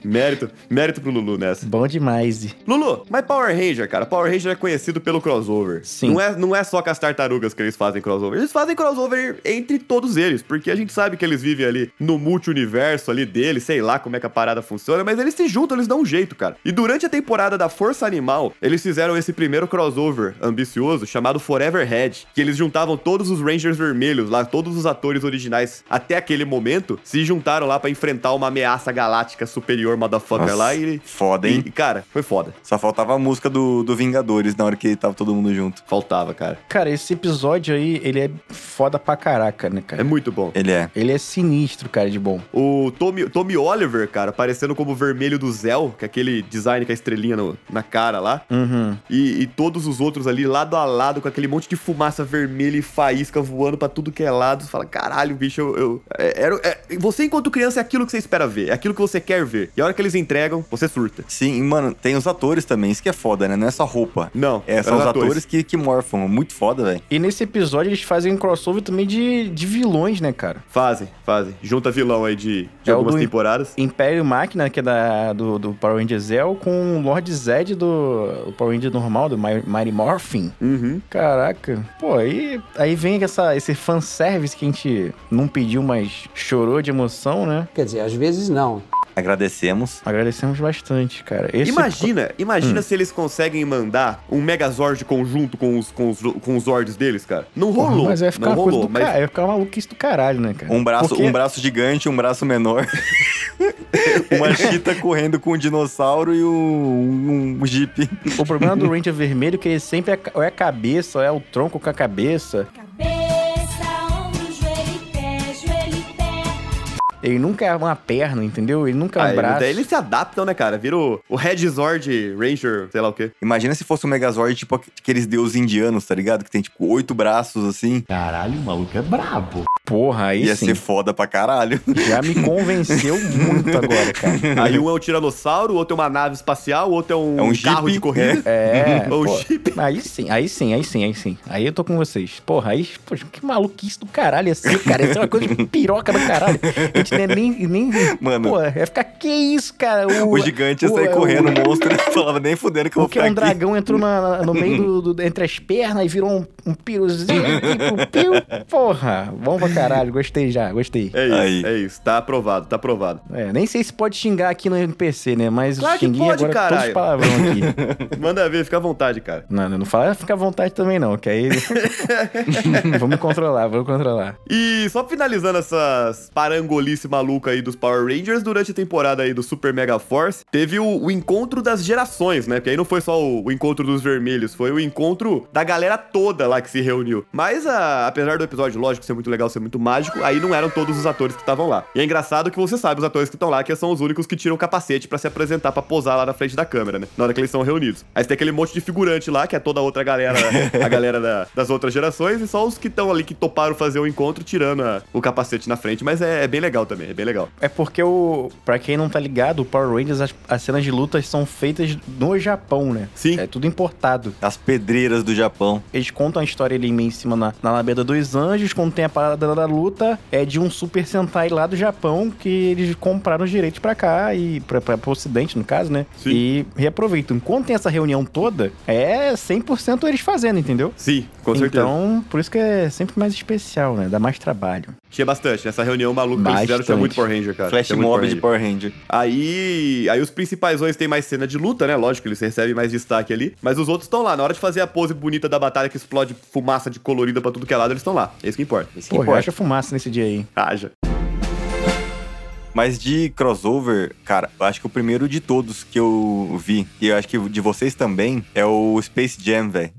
S2: mérito. Mérito pro Lulu nessa.
S5: Bom demais.
S2: Lulu, mas Power Ranger, cara, Power Ranger é conhecido pelo crossover.
S5: Sim.
S2: Não é, não é só com as tartarugas que eles fazem crossover. Eles fazem crossover entre todos eles, porque a gente sabe que eles vivem ali no multi-universo ali deles, sei lá como é que a parada funciona, mas eles se juntam, eles dão um jeito, cara. E durante a temporada da Força Animal, eles fizeram esse primeiro crossover ambicioso chamado Forever Head, que eles juntavam todos os Rangers vermelhos lá, todos os atores originais até aquele momento, se juntaram lá pra enfrentar uma ameaça galáctica superior, motherfucker,
S4: Nossa,
S2: lá e...
S4: Foda, hein?
S2: E, cara, foi foda.
S4: Só faltava a música do, do Vingadores na hora que tava todo mundo junto.
S2: Faltava, cara.
S5: Cara, esse episódio aí, ele é foda pra caraca, né,
S2: É
S5: cara?
S2: muito bom.
S4: Ele é.
S5: Ele é sinistro, cara, de bom.
S2: O Tommy, Tommy Oliver, cara, aparecendo como o vermelho do Zell, que é aquele design com a estrelinha no- na cara lá.
S5: Uhum.
S2: E, e todos os outros ali lado a lado, com aquele monte de fumaça vermelha e faísca voando pra tudo que é lado. Você fala, caralho, bicho, eu. eu- é- era- é- você, enquanto criança, é aquilo que você espera ver, é aquilo que você quer ver. E a hora que eles entregam, você surta.
S4: Sim, e, mano, tem os atores também, isso que é foda, né? Não é só roupa.
S2: Não,
S4: É, são
S2: eram
S4: os atores, que, que morfam. Muito foda, velho.
S5: E nesse episódio eles fazem um crossover também de, de vilões, né, cara?
S2: Fazem, fazem. Junta vilão aí de, de
S5: É o
S2: algumas
S5: do-
S2: temporadas.
S5: Império Máquina, que é da, do, do Power Ranger Zell, com o Lord Zed do o Power Ranger normal, do Mi- Mighty Morphin.
S2: Uhum.
S5: Caraca. Pô, aí, aí vem essa, esse fanservice que a gente não pediu, mas chorou de emoção, né?
S7: Quer dizer, às vezes não.
S4: Agradecemos.
S5: Agradecemos bastante, cara. Esse
S2: Imagina, imagina se eles conseguem mandar um Megazord conjunto com os, com os, com os Zords deles, cara. Não rolou,
S5: Mas vai ficar
S2: não
S5: uma coisa
S2: rolou,
S5: do
S2: mas...
S5: cara, vai ficar uma maluquice do caralho, né, cara?
S4: Um braço,
S5: Porque-
S4: um braço gigante, um braço menor. Uma chita correndo com um dinossauro e um, um, um jeep.
S5: O problema do Ranger vermelho é que ele sempre é, ca- ou é a cabeça, ou é o tronco com a cabeça.
S11: Cabeça, ombro, joelho e pé, joelho e pé.
S5: Ele nunca é uma perna, entendeu? Ele nunca é um
S2: Ah,
S5: braço.
S2: daí eles se adaptam, né, cara? Vira o, o Red Zord Ranger, sei lá o quê.
S4: Imagina se fosse um Megazord, tipo aqueles deuses indianos, tá ligado? Que tem, tipo, oito braços, assim.
S3: Caralho, o maluco é brabo.
S5: Porra, aí
S4: Ia
S5: sim.
S4: ser foda pra caralho.
S5: Já me convenceu muito agora, cara.
S2: Aí um é um tiranossauro, o outro é uma nave espacial, o outro é um,
S4: É um
S2: carro
S4: Jeep,
S2: de corrida.
S5: É.
S2: Ou
S5: pô,
S2: Jeep.
S5: Aí sim, aí sim, aí sim, aí sim. Aí eu tô com vocês. Porra, aí, poxa, que maluquice do caralho ia ser, cara. Isso é uma coisa de piroca do caralho. A gente não é nem. nem
S4: Mano.
S5: Pô, ia ficar, que isso, cara?
S4: O gigante ia sair
S5: o- é
S4: correndo,
S5: o-
S4: o monstro. Não falava nem fudendo que eu vou
S5: Porque
S4: ficar
S5: um
S4: aqui.
S5: dragão entrou na- no meio do, do- entre as pernas e virou um, um piruzinho. tipo, piu. Porra, vamos pra caralho. Gostei já, gostei.
S2: É isso,
S4: Aí.
S2: é isso. Tá aprovado, tá aprovado.
S5: É, nem sei se pode xingar aqui no NPC, né? Mas
S2: Claro que
S5: xinguei
S2: pode,
S5: agora todos
S2: caralho.
S5: os palavrão aqui.
S2: Manda ver, fica à vontade, cara.
S5: Não, não, não fala, "Ah, fica à vontade também não, que aí... vou me controlar, vou me controlar.
S2: E só finalizando essas parangolice maluca aí dos Power Rangers, durante a temporada aí do Super Mega Force, teve o, o encontro das gerações, né? Porque aí não foi só o, o encontro dos vermelhos, foi o encontro da galera toda lá que se reuniu. Mas a- apesar do episódio, lógico, ser muito legal, ser muito mágico, aí não eram todos os atores que estavam lá. E é engraçado que você sabe os atores que estão lá, que são os únicos que tiram o capacete pra se apresentar, pra posar lá na frente da câmera, né? Na hora que eles são reunidos. Aí você tem aquele monte de figurante lá, que é toda a outra galera, a galera da- das outras gerações, e só os que estão ali que toparam fazer o encontro tirando a- o capacete na frente. Mas é, é bem legal também, é bem legal.
S5: É porque o... Pra quem não tá ligado, o Power Rangers, as, as cenas de luta são feitas no Japão, né?
S2: Sim.
S5: É tudo importado.
S4: As pedreiras do Japão.
S5: Eles contam a história ali em cima na, na Labeira dos Anjos, quando tem a parada da luta, é de um Super Sentai lá do Japão que eles compraram os direitos pra cá e pra, pra, pro ocidente, no caso, né?
S2: Sim.
S5: E reaproveitam. Quando tem essa reunião toda, é 100% eles fazendo, entendeu?
S2: Sim, com certeza.
S5: Então, por isso que é sempre mais especial, né? Dá mais trabalho.
S2: Tinha bastante. né? Essa reunião maluca que eles fizeram tinha
S5: Bastante.
S2: muito Power Ranger, cara.
S4: Flash
S2: Tinha muito
S4: mob
S2: Power
S4: de Power Ranger.
S2: Aí, aí os principais hoje têm mais cena de luta, né? Lógico, eles recebem mais destaque ali. Mas os outros estão lá. Na hora de fazer a pose bonita da batalha que explode fumaça de colorida pra tudo que é lado, eles estão lá. É isso que importa.
S4: Isso que
S5: Pô,
S4: importa.
S5: acha fumaça nesse dia aí.
S2: Haja.
S4: Mas de crossover, cara, eu acho que o primeiro de todos que eu vi, e eu acho que de vocês também, é o Space Jam, velho.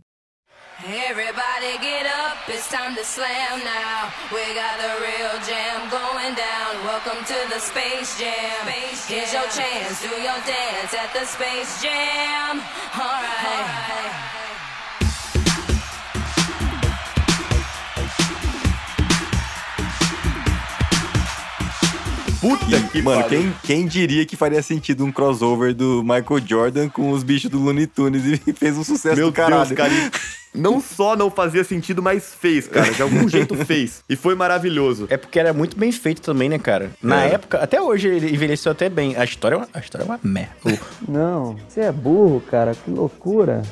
S11: Everybody get up, it's time to slam now. We got the real jam going down. Welcome to the Space Jam. Here's your chance, do your dance at the Space Jam. Alright.
S4: Puta
S2: que
S4: Mano,
S2: pariu.
S4: quem, quem diria que faria sentido um crossover do Michael Jordan com os bichos do Looney Tunes e fez um sucesso
S2: Meu
S4: do caralho.
S2: Deus, cara. e Não só não fazia sentido, mas fez, cara. De algum jeito fez. E foi maravilhoso.
S5: É porque era muito bem feito também, né, cara? Na
S4: É.
S5: época, até hoje ele envelheceu até bem. A história é uma, a história é uma merda.
S12: Não, você é burro, cara. Que loucura.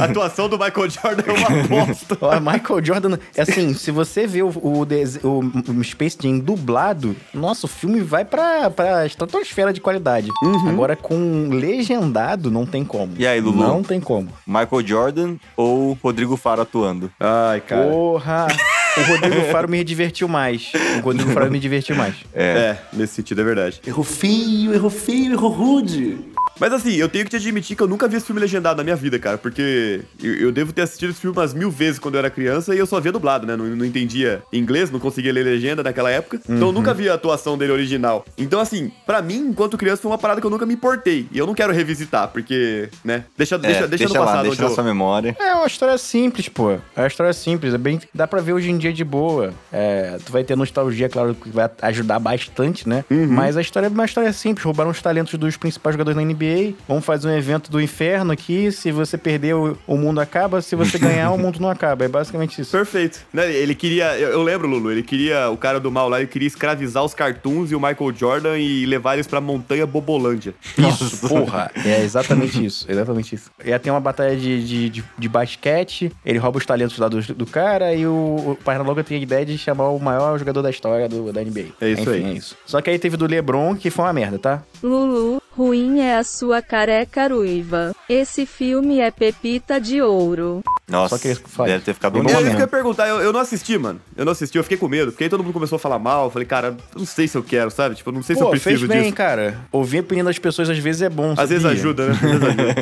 S2: A atuação do Michael Jordan é uma bosta.
S5: Ó, Michael Jordan, assim, se você vê o, o, dese- o- o Space Jam dublado, nossa, o filme vai pra, pra estratosfera de qualidade. Agora, com legendado, não tem como.
S4: E aí, Lulu?
S5: Não tem como.
S4: Michael Jordan ou Rodrigo Faro atuando?
S2: Ai, cara.
S5: Porra! O Rodrigo Faro me divertiu mais. O Rodrigo Faro me divertiu mais.
S2: É. nesse sentido é verdade.
S12: Erro feio, erro feio, erro rude.
S2: Mas assim, eu tenho que te admitir que eu nunca vi esse filme legendado na minha vida, cara, porque eu, eu devo ter assistido esse filme umas mil vezes quando eu era criança e eu só via dublado, né? Não, não entendia inglês, não conseguia ler legenda naquela época. Então
S4: Uhum.
S2: eu nunca vi a atuação dele original. Então, assim, pra mim, enquanto criança, foi uma parada que eu nunca me importei. E eu não quero revisitar, porque, né? Deixa, deixa,
S4: É,
S2: deixa, no passado.
S4: lá,
S2: onde
S4: deixa na
S2: eu-
S4: sua memória.
S5: É uma história simples, pô. É uma história simples. É bem... Dá pra ver hoje em dia de boa. É, tu vai ter nostalgia, claro, que vai ajudar bastante, né? Mas a história é uma história simples. Roubaram os talentos dos principais jogadores da NBA. Vamos fazer um evento do inferno aqui. Se você perder, o, o mundo acaba. Se você ganhar, o mundo não acaba. É basicamente isso.
S2: Perfeito. Né, Ele queria. Eu, eu lembro, Lulu, ele queria. O cara do mal lá, ele queria escravizar os cartoons e o Michael Jordan e levar eles pra montanha Bobolândia.
S5: Isso, porra. É exatamente isso, exatamente isso. E aí tem uma batalha de, de, de, de basquete, ele rouba os talentos lá do, do cara e o, o Pernalonga tem a ideia de chamar o maior jogador da história do, da NBA.
S2: É isso
S5: Enfim,
S2: aí.
S5: É isso. Só que aí teve do LeBron, que foi uma merda, tá?
S13: Lulu, ruim é a sua careca ruiva. Esse filme é pepita de ouro.
S4: Nossa,
S5: Só que ele faz.
S4: deve ter ficado
S5: Eu
S4: bom.
S5: não
S2: É, isso
S5: lembro.
S2: que eu ia perguntar, eu, eu não assisti, mano. Eu não assisti, eu fiquei com medo, porque aí todo mundo começou a falar mal. Eu falei, cara, eu não sei se eu quero, sabe? Tipo, eu não sei se eu
S5: Pô, fez
S2: preciso
S5: bem,
S2: disso.
S5: cara. Ouvir a opinião das pessoas às vezes é bom.
S2: Às vezes
S5: sabia?
S2: ajuda, né? Às vezes ajuda.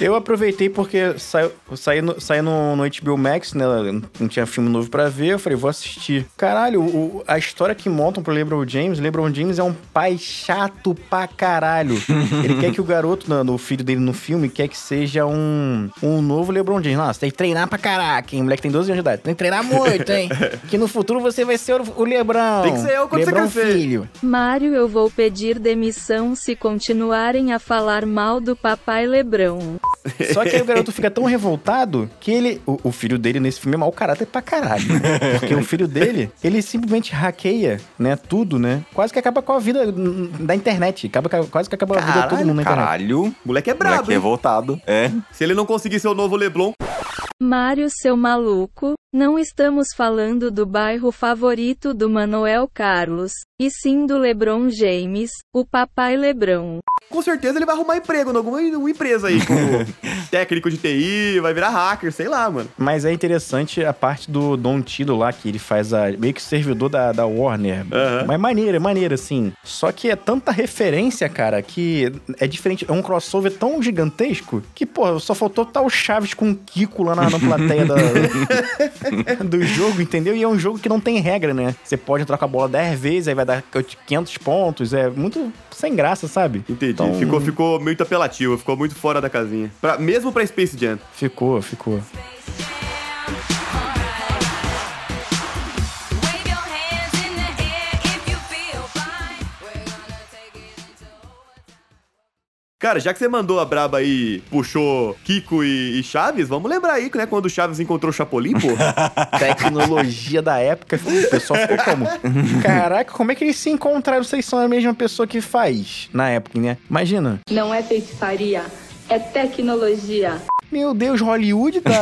S5: Eu aproveitei porque saiu, saiu, no, saiu no, no HBO Max, né? Não tinha filme novo pra ver. Eu falei, vou assistir. Caralho, o- a história que montam pro LeBron James. LeBron James é um pai chato pra caralho. Ele quer que o garoto, né, no filho dele no filme, quer que seja um, um novo LeBron James. Nossa, tem que treinar pra caraca, hein? O moleque tem 12 anos de idade. Tem que treinar muito, hein? que no futuro você vai ser o, o LeBron.
S2: Tem que ser eu quando você
S5: LeBron
S2: crescer.
S5: filho.
S13: Mário, eu vou pedir demissão se continuarem a falar mal do papai Lebrão.
S5: Só que aí o garoto fica tão revoltado que ele. O, o filho dele nesse filme é mau caráter pra caralho. né? Porque o filho dele, ele simplesmente hackeia, né? Tudo, né? Quase que acaba com a vida hum, da internet. Acaba, com a- quase que acaba com a vida de todo mundo na internet.
S4: Caralho,
S2: O moleque é brabo,
S4: moleque
S2: hein?
S4: revoltado. É.
S2: Se ele não conseguir ser o novo Leblon,
S13: Mário, seu maluco, não estamos falando do bairro favorito do Manuel Carlos, e sim do Lebron James, o papai Lebrão.
S2: com certeza ele vai arrumar emprego em alguma em- uma empresa aí, como técnico de TI, vai virar hacker, sei lá, mano.
S5: Mas é interessante a parte do Don Tido lá, que ele faz a, meio que servidor da, da Warner.
S2: Aham.
S5: Mas maneira, maneira, assim. Só que é tanta referência, cara, que é diferente. É um crossover tão gigantesco que, pô, só faltou tal Chaves com o Kiko lá na, na plateia da- do jogo, entendeu? E é um jogo que não tem regra, né? Você pode entrar com a bola 10 vezes, aí vai dar 500 pontos. É muito sem graça, sabe?
S2: Entendi.
S5: Então-
S2: Ficou, ficou muito apelativo, ficou muito fora da casinha. Pra- mesmo pra Space Jam.
S5: Ficou, ficou.
S11: Wave your hands in the air if you feel fine. We're gonna take it until.
S2: Cara, já que você mandou a braba aí, puxou Kiko e, e Chaves, vamos lembrar aí, né? Quando o Chaves encontrou o Chapolin, pô.
S5: tecnologia da época, o pessoal ficou como? Caraca, como é que eles se encontraram? Vocês são a mesma pessoa que faz na época, né? Imagina.
S13: Não é feitiçaria, é tecnologia.
S5: Meu Deus, Hollywood tá,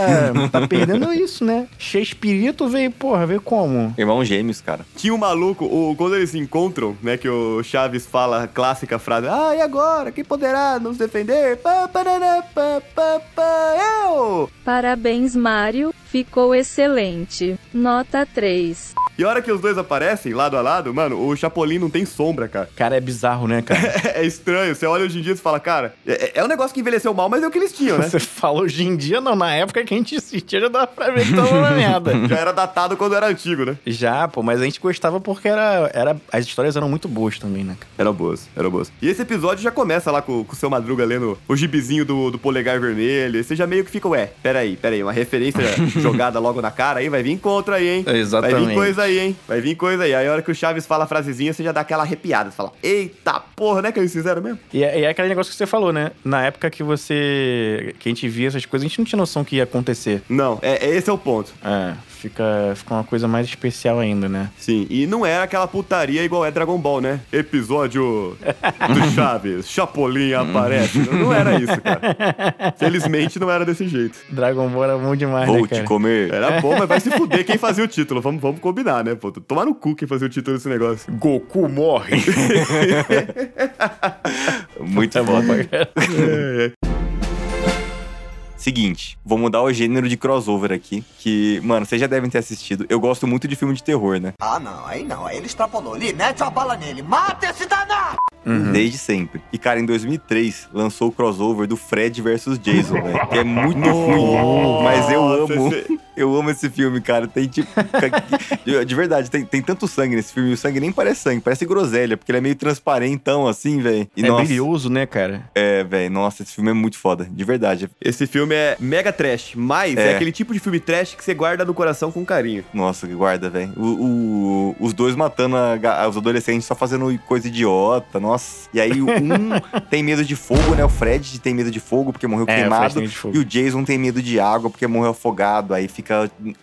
S5: tá perdendo isso, né? Shakespeare veio, porra, veio como?
S4: Irmão gêmeos, cara.
S2: Tinha um maluco, o, quando eles se encontram, né, que o Chaves fala a clássica frase, ah, e agora? Quem poderá nos defender? Pá, parará, pá, pá, pá, eu!
S13: Parabéns, Mário, ficou excelente. Nota 3.
S2: E a hora que os dois aparecem, lado a lado, mano, o Chapolin não tem sombra, cara.
S5: Cara, é bizarro, né, cara?
S2: é estranho. Você olha hoje em dia e fala, cara, é, é um negócio que envelheceu mal, mas é o que eles tinham, né?
S5: Você fala hoje em dia, não. Na época que a gente assistia, já dava pra ver que tava uma merda.
S2: Já era datado quando era antigo, né?
S5: Já, pô, mas a gente gostava porque era, era, as histórias eram muito boas também, né? cara?
S2: Eram boas, eram boas. E esse episódio já começa lá com, com o seu Madruga lendo o gibizinho do, do polegar vermelho. E você já meio que fica, ué, peraí, peraí, uma referência jogada logo na cara aí, vai vir contra aí, hein? Vai vir
S5: Exatamente.
S2: coisa aí, hein? Vai vir coisa aí. Aí a hora que o Chaves fala a frasezinha, você já dá aquela arrepiada. Você fala, eita porra, né que eles fizeram mesmo?
S5: E é, e é aquele negócio que você falou, né? Na época que você. que a gente via essas coisas, a gente não tinha noção que ia acontecer.
S2: Não, é, é- esse é o ponto.
S5: É, fica, fica uma coisa mais especial ainda, né?
S2: Sim, e não era aquela putaria igual é Dragon Ball, né? Episódio do Chaves, Chapolin aparece. Não era isso, cara. Felizmente não era desse jeito.
S5: Dragon Ball era bom demais,
S4: Vou
S5: né, cara?
S4: te comer.
S2: Era bom, mas vai se fuder quem fazia o título. Vamos, vamos combinar, né? Pô, tomar no cu quem fazia o título desse negócio.
S5: Goku morre.
S4: Muito bom.
S2: É, é.
S4: Seguinte, vou mudar o gênero de crossover aqui, que, mano, vocês já devem ter assistido. Eu gosto muito de filme de terror, né?
S9: Ah, não, aí não, aí ele extrapolou. Li, mete a bala nele, mata esse danado!
S4: Desde sempre. E, cara, em 2003, lançou o crossover do Fred versus Jason, velho. Que é muito ruim, mas eu
S2: Nossa,
S4: amo.
S2: esse-
S4: Eu amo esse filme, cara. Tem tipo. de- De verdade, tem, tem tanto sangue nesse filme. O sangue nem parece sangue, parece groselha, porque ele é meio transparentão, assim, velho. E,
S5: é
S4: nossa,
S5: brilhoso, né, cara?
S4: É, velho. Nossa, esse filme é muito foda. De verdade.
S2: Esse filme é mega trash, mas é.
S4: É.
S2: aquele tipo de filme trash que você guarda no coração com carinho.
S4: Nossa, guarda, velho. O- o- os dois matando a ga- os adolescentes só fazendo coisa idiota, nossa. E aí um tem medo de fogo, né? O Fred tem medo de fogo porque morreu
S5: É, o Fred
S4: queimado.
S5: tem medo de fogo.
S4: E o Jason tem medo de água porque morreu afogado. Aí fica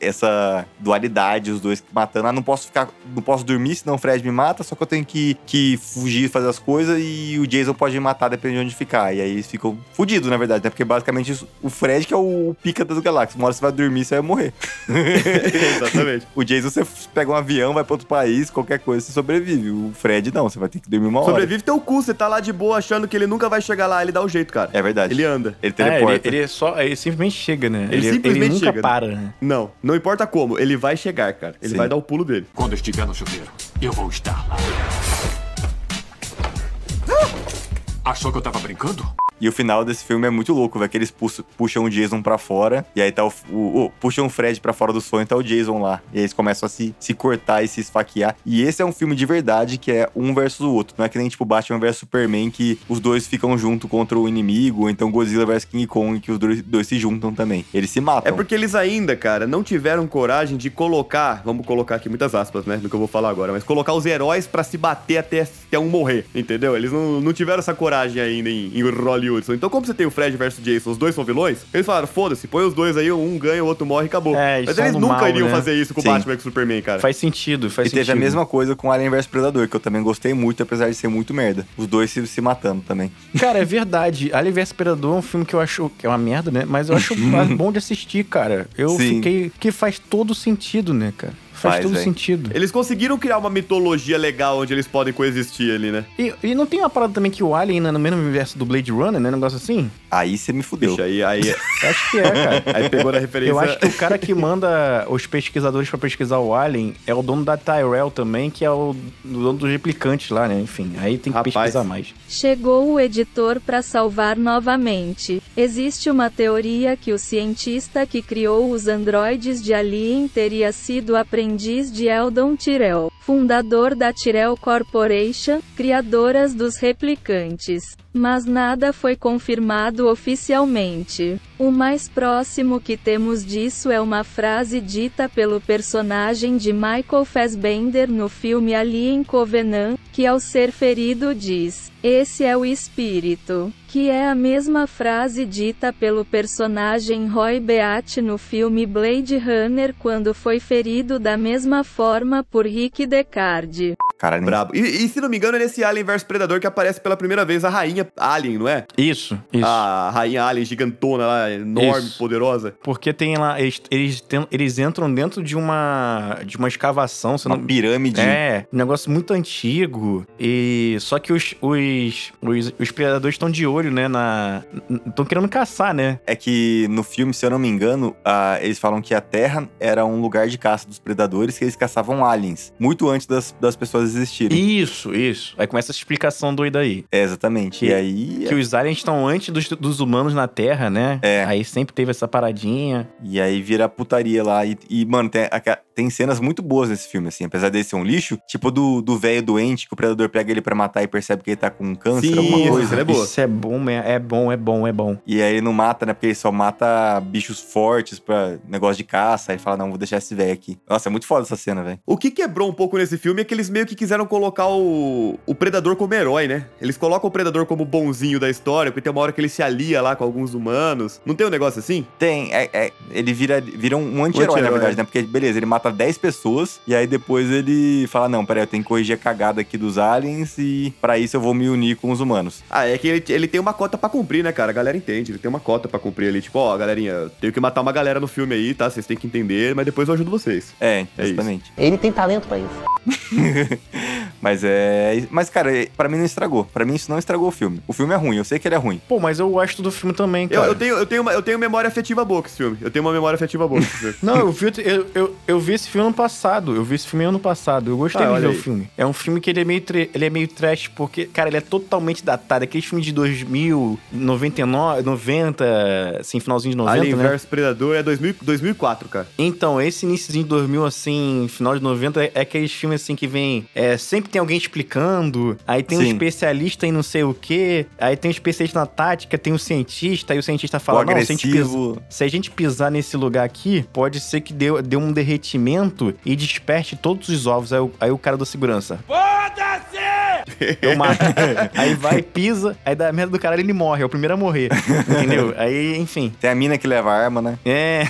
S4: essa dualidade, os dois matando. Ah, não posso ficar. Não posso dormir, senão o Fred me mata, só que eu tenho que, que fugir, fazer as coisas, e o Jason pode me matar, dependendo de onde ficar. E aí eles ficam fudidos, na verdade, né? Porque basicamente isso- o Fred que é o pica das galáxias. Uma hora você vai dormir, você vai morrer.
S2: Exatamente.
S4: O Jason, você pega um avião, vai pra outro país, qualquer coisa, você sobrevive. O Fred, não, você vai ter que dormir uma hora.
S2: Sobrevive teu cu, você tá lá de boa achando que ele nunca vai chegar lá, ele dá um jeito, cara.
S4: É verdade.
S2: Ele anda.
S4: Ele
S5: É, ele,
S4: teleporta.
S5: ele só, ele simplesmente chega, né?
S2: Ele simplesmente
S5: nunca
S2: chega, né?
S5: para, né?
S2: Não, não importa como, ele vai chegar, cara. Ele
S4: Sim.
S2: vai dar o pulo dele.
S6: Quando eu estiver no chuveiro, eu vou estar lá. Achou que eu tava brincando?
S4: E o final desse filme é muito louco, velho. Que eles puxam, puxam o Jason pra fora, e aí tá o, o- o- Puxam o Fred pra fora do sonho, e tá o Jason lá. E aí eles começam a se, se cortar e se esfaquear. E esse é um filme de verdade que é um versus o outro. Não é que nem tipo Batman versus Superman, que os dois ficam junto contra o inimigo, ou então Godzilla versus King Kong, que os dois, dois se juntam também. Eles se
S2: É
S4: matam.
S2: porque eles ainda, cara, não tiveram coragem de colocar, vamos colocar aqui muitas aspas, né, no que eu vou falar agora, mas colocar os heróis pra se bater até, até um morrer, entendeu? Eles não, não tiveram essa coragem ainda em, em Hollywood. Então, como você tem o Fred versus Jason, os dois são vilões, eles falaram, foda-se, põe os dois aí, um ganha, o outro morre e acabou.
S5: É, eles
S2: mas
S5: são
S2: eles
S5: do
S2: nunca
S5: mal,
S2: iriam
S5: né?
S2: fazer isso com o
S4: Sim.
S2: Batman vs Superman, cara.
S5: Faz sentido, faz
S4: E
S5: sentido.
S4: teve a mesma coisa com Alien vs Predador, que eu também gostei muito, apesar de ser muito merda. Os dois se, se matando também.
S5: Cara, é verdade. Alien vs Predador é um filme que eu acho que é uma merda, né? Mas eu acho bom de assistir, cara. Eu
S4: Sim.
S5: fiquei. Que faz todo sentido, né, cara? Faz,
S4: Faz,
S5: todo
S4: véi.
S5: sentido.
S2: Eles conseguiram criar uma mitologia legal onde eles podem coexistir ali, né?
S5: E, e não tem uma parada também que o Alien é no mesmo universo do Blade Runner, né? Um negócio assim?
S4: Aí você me fudeu.
S2: Bicho, aí, aí,
S5: Eu acho que é, cara.
S2: aí pegou na referência.
S5: Eu acho que o cara que manda os pesquisadores pra pesquisar o Alien é o dono da Tyrell também, que é o dono dos replicantes lá, né? Enfim, aí tem que
S2: Rapaz.
S5: pesquisar mais.
S13: Chegou o editor para salvar novamente. Existe uma teoria que o cientista que criou os androides de Alien teria sido aprendiz de Eldon Tyrell, fundador da Tyrell Corporation, criadoras dos replicantes. Mas nada foi confirmado oficialmente. O mais próximo que temos disso é uma frase dita pelo personagem de Michael Fassbender no filme Alien Covenant, que ao ser ferido diz: Esse é o espírito. Que é a mesma frase dita pelo personagem Roy Beat no filme Blade Runner quando foi ferido da mesma forma por Rick Deckard.
S4: Caralho. hein?
S2: Brabo. E, e se não me engano, é nesse Alien vs Predador que aparece pela primeira vez a rainha Alien, não é?
S5: Isso, isso.
S2: A rainha Alien gigantona lá, enorme,
S5: Isso.
S2: poderosa.
S5: Porque tem lá, eles, eles, ten- eles entram dentro de uma de uma escavação, se
S4: Uma
S5: não-
S4: pirâmide.
S5: É, um negócio muito antigo. E só que os os, os, os predadores estão de olho, né, na estão querendo caçar, né?
S4: É que no filme, se eu não me engano, ah, eles falam que a Terra era um lugar de caça dos predadores que eles caçavam aliens, muito antes das, das pessoas existirem.
S5: Isso, isso. Aí começa essa explicação doida aí.
S4: É, exatamente.
S5: Que-
S4: e aí.
S5: Que os aliens estão antes dos, dos humanos na Terra, né?
S4: É.
S5: Aí sempre teve essa paradinha.
S4: E aí vira putaria lá. E, e, mano, tem, aca- tem cenas muito boas nesse filme, assim. Apesar dele ser um lixo, tipo do do velho doente que o predador pega ele pra matar e percebe que ele tá com câncer,
S2: Sim,
S4: alguma coisa.
S2: essa é boa.
S5: Isso é bom, mesmo. é bom, é bom, é bom.
S4: E aí ele não mata, né? Porque ele só mata bichos fortes pra negócio de caça. Aí fala, não, vou deixar esse velho aqui. Nossa, é muito foda essa cena, velho.
S2: O que quebrou um pouco nesse filme é que eles meio que quiseram colocar o, o Predador como herói, né? Eles colocam o Predador como bonzinho da história, porque tem uma hora que ele se alia lá com alguns humanos. Não tem um negócio assim?
S4: Tem, é- é- ele vira, vira um anti-herói, na
S2: Anti-herói.
S4: verdade, né? Porque, beleza, ele mata 10 pessoas e aí depois ele fala, não, peraí, eu tenho que corrigir a cagada aqui dos aliens e pra isso eu vou me unir com os humanos.
S2: Ah, é que ele, ele tem uma cota pra cumprir, né, cara? A galera entende, ele tem uma cota pra cumprir ali. Tipo, ó, galerinha, eu tenho que matar uma galera no filme aí, tá? Vocês têm que entender, mas depois eu ajudo vocês. É
S4: É,
S2: isso.
S4: exatamente.
S7: Ele tem talento pra isso.
S4: Mas é... Mas, cara, é- pra mim não estragou. Pra mim isso não estragou o filme. O filme é ruim, eu sei que ele é ruim.
S5: Pô, mas eu gosto do filme também,
S2: Eu,
S5: cara.
S2: eu tenho, eu, tenho uma, eu tenho memória afetiva boa com esse filme. Eu tenho uma memória afetiva boa com esse filme.
S5: Não, eu vi, outro- eu, eu, eu vi esse filme ano passado. Eu vi esse filme ano passado. Eu gostei
S2: Ah,
S5: de ver
S2: olha
S5: o
S2: aí.
S5: filme. É um filme que ele é meio, tre- ele é meio trash, porque, cara, ele é totalmente datado. Aquele filme de 2000, 99, 90, assim, finalzinho de 90,
S2: Alien
S5: né?
S2: vs Predador é 2000, 2004, cara.
S5: Então, esse iníciozinho de 2000, assim, final de 90, é é aqueles filmes, assim, que vem... é, sempre tem alguém explicando, aí tem um
S4: Sim.
S5: especialista em não sei o quê, aí tem um especialista na tática, tem um cientista, aí o cientista
S4: O
S5: fala, não, se a gente pisa-
S4: agressivo...
S5: se a gente pisar nesse lugar aqui, pode ser que dê, dê um derretimento e desperte todos os ovos. Aí, o- aí o cara do segurança. Foda-se! Eu mato. aí vai, pisa, aí dá merda do caralho ele morre. É o primeiro a morrer. Entendeu? Aí, enfim.
S4: Tem a mina que leva a arma, né?
S5: É.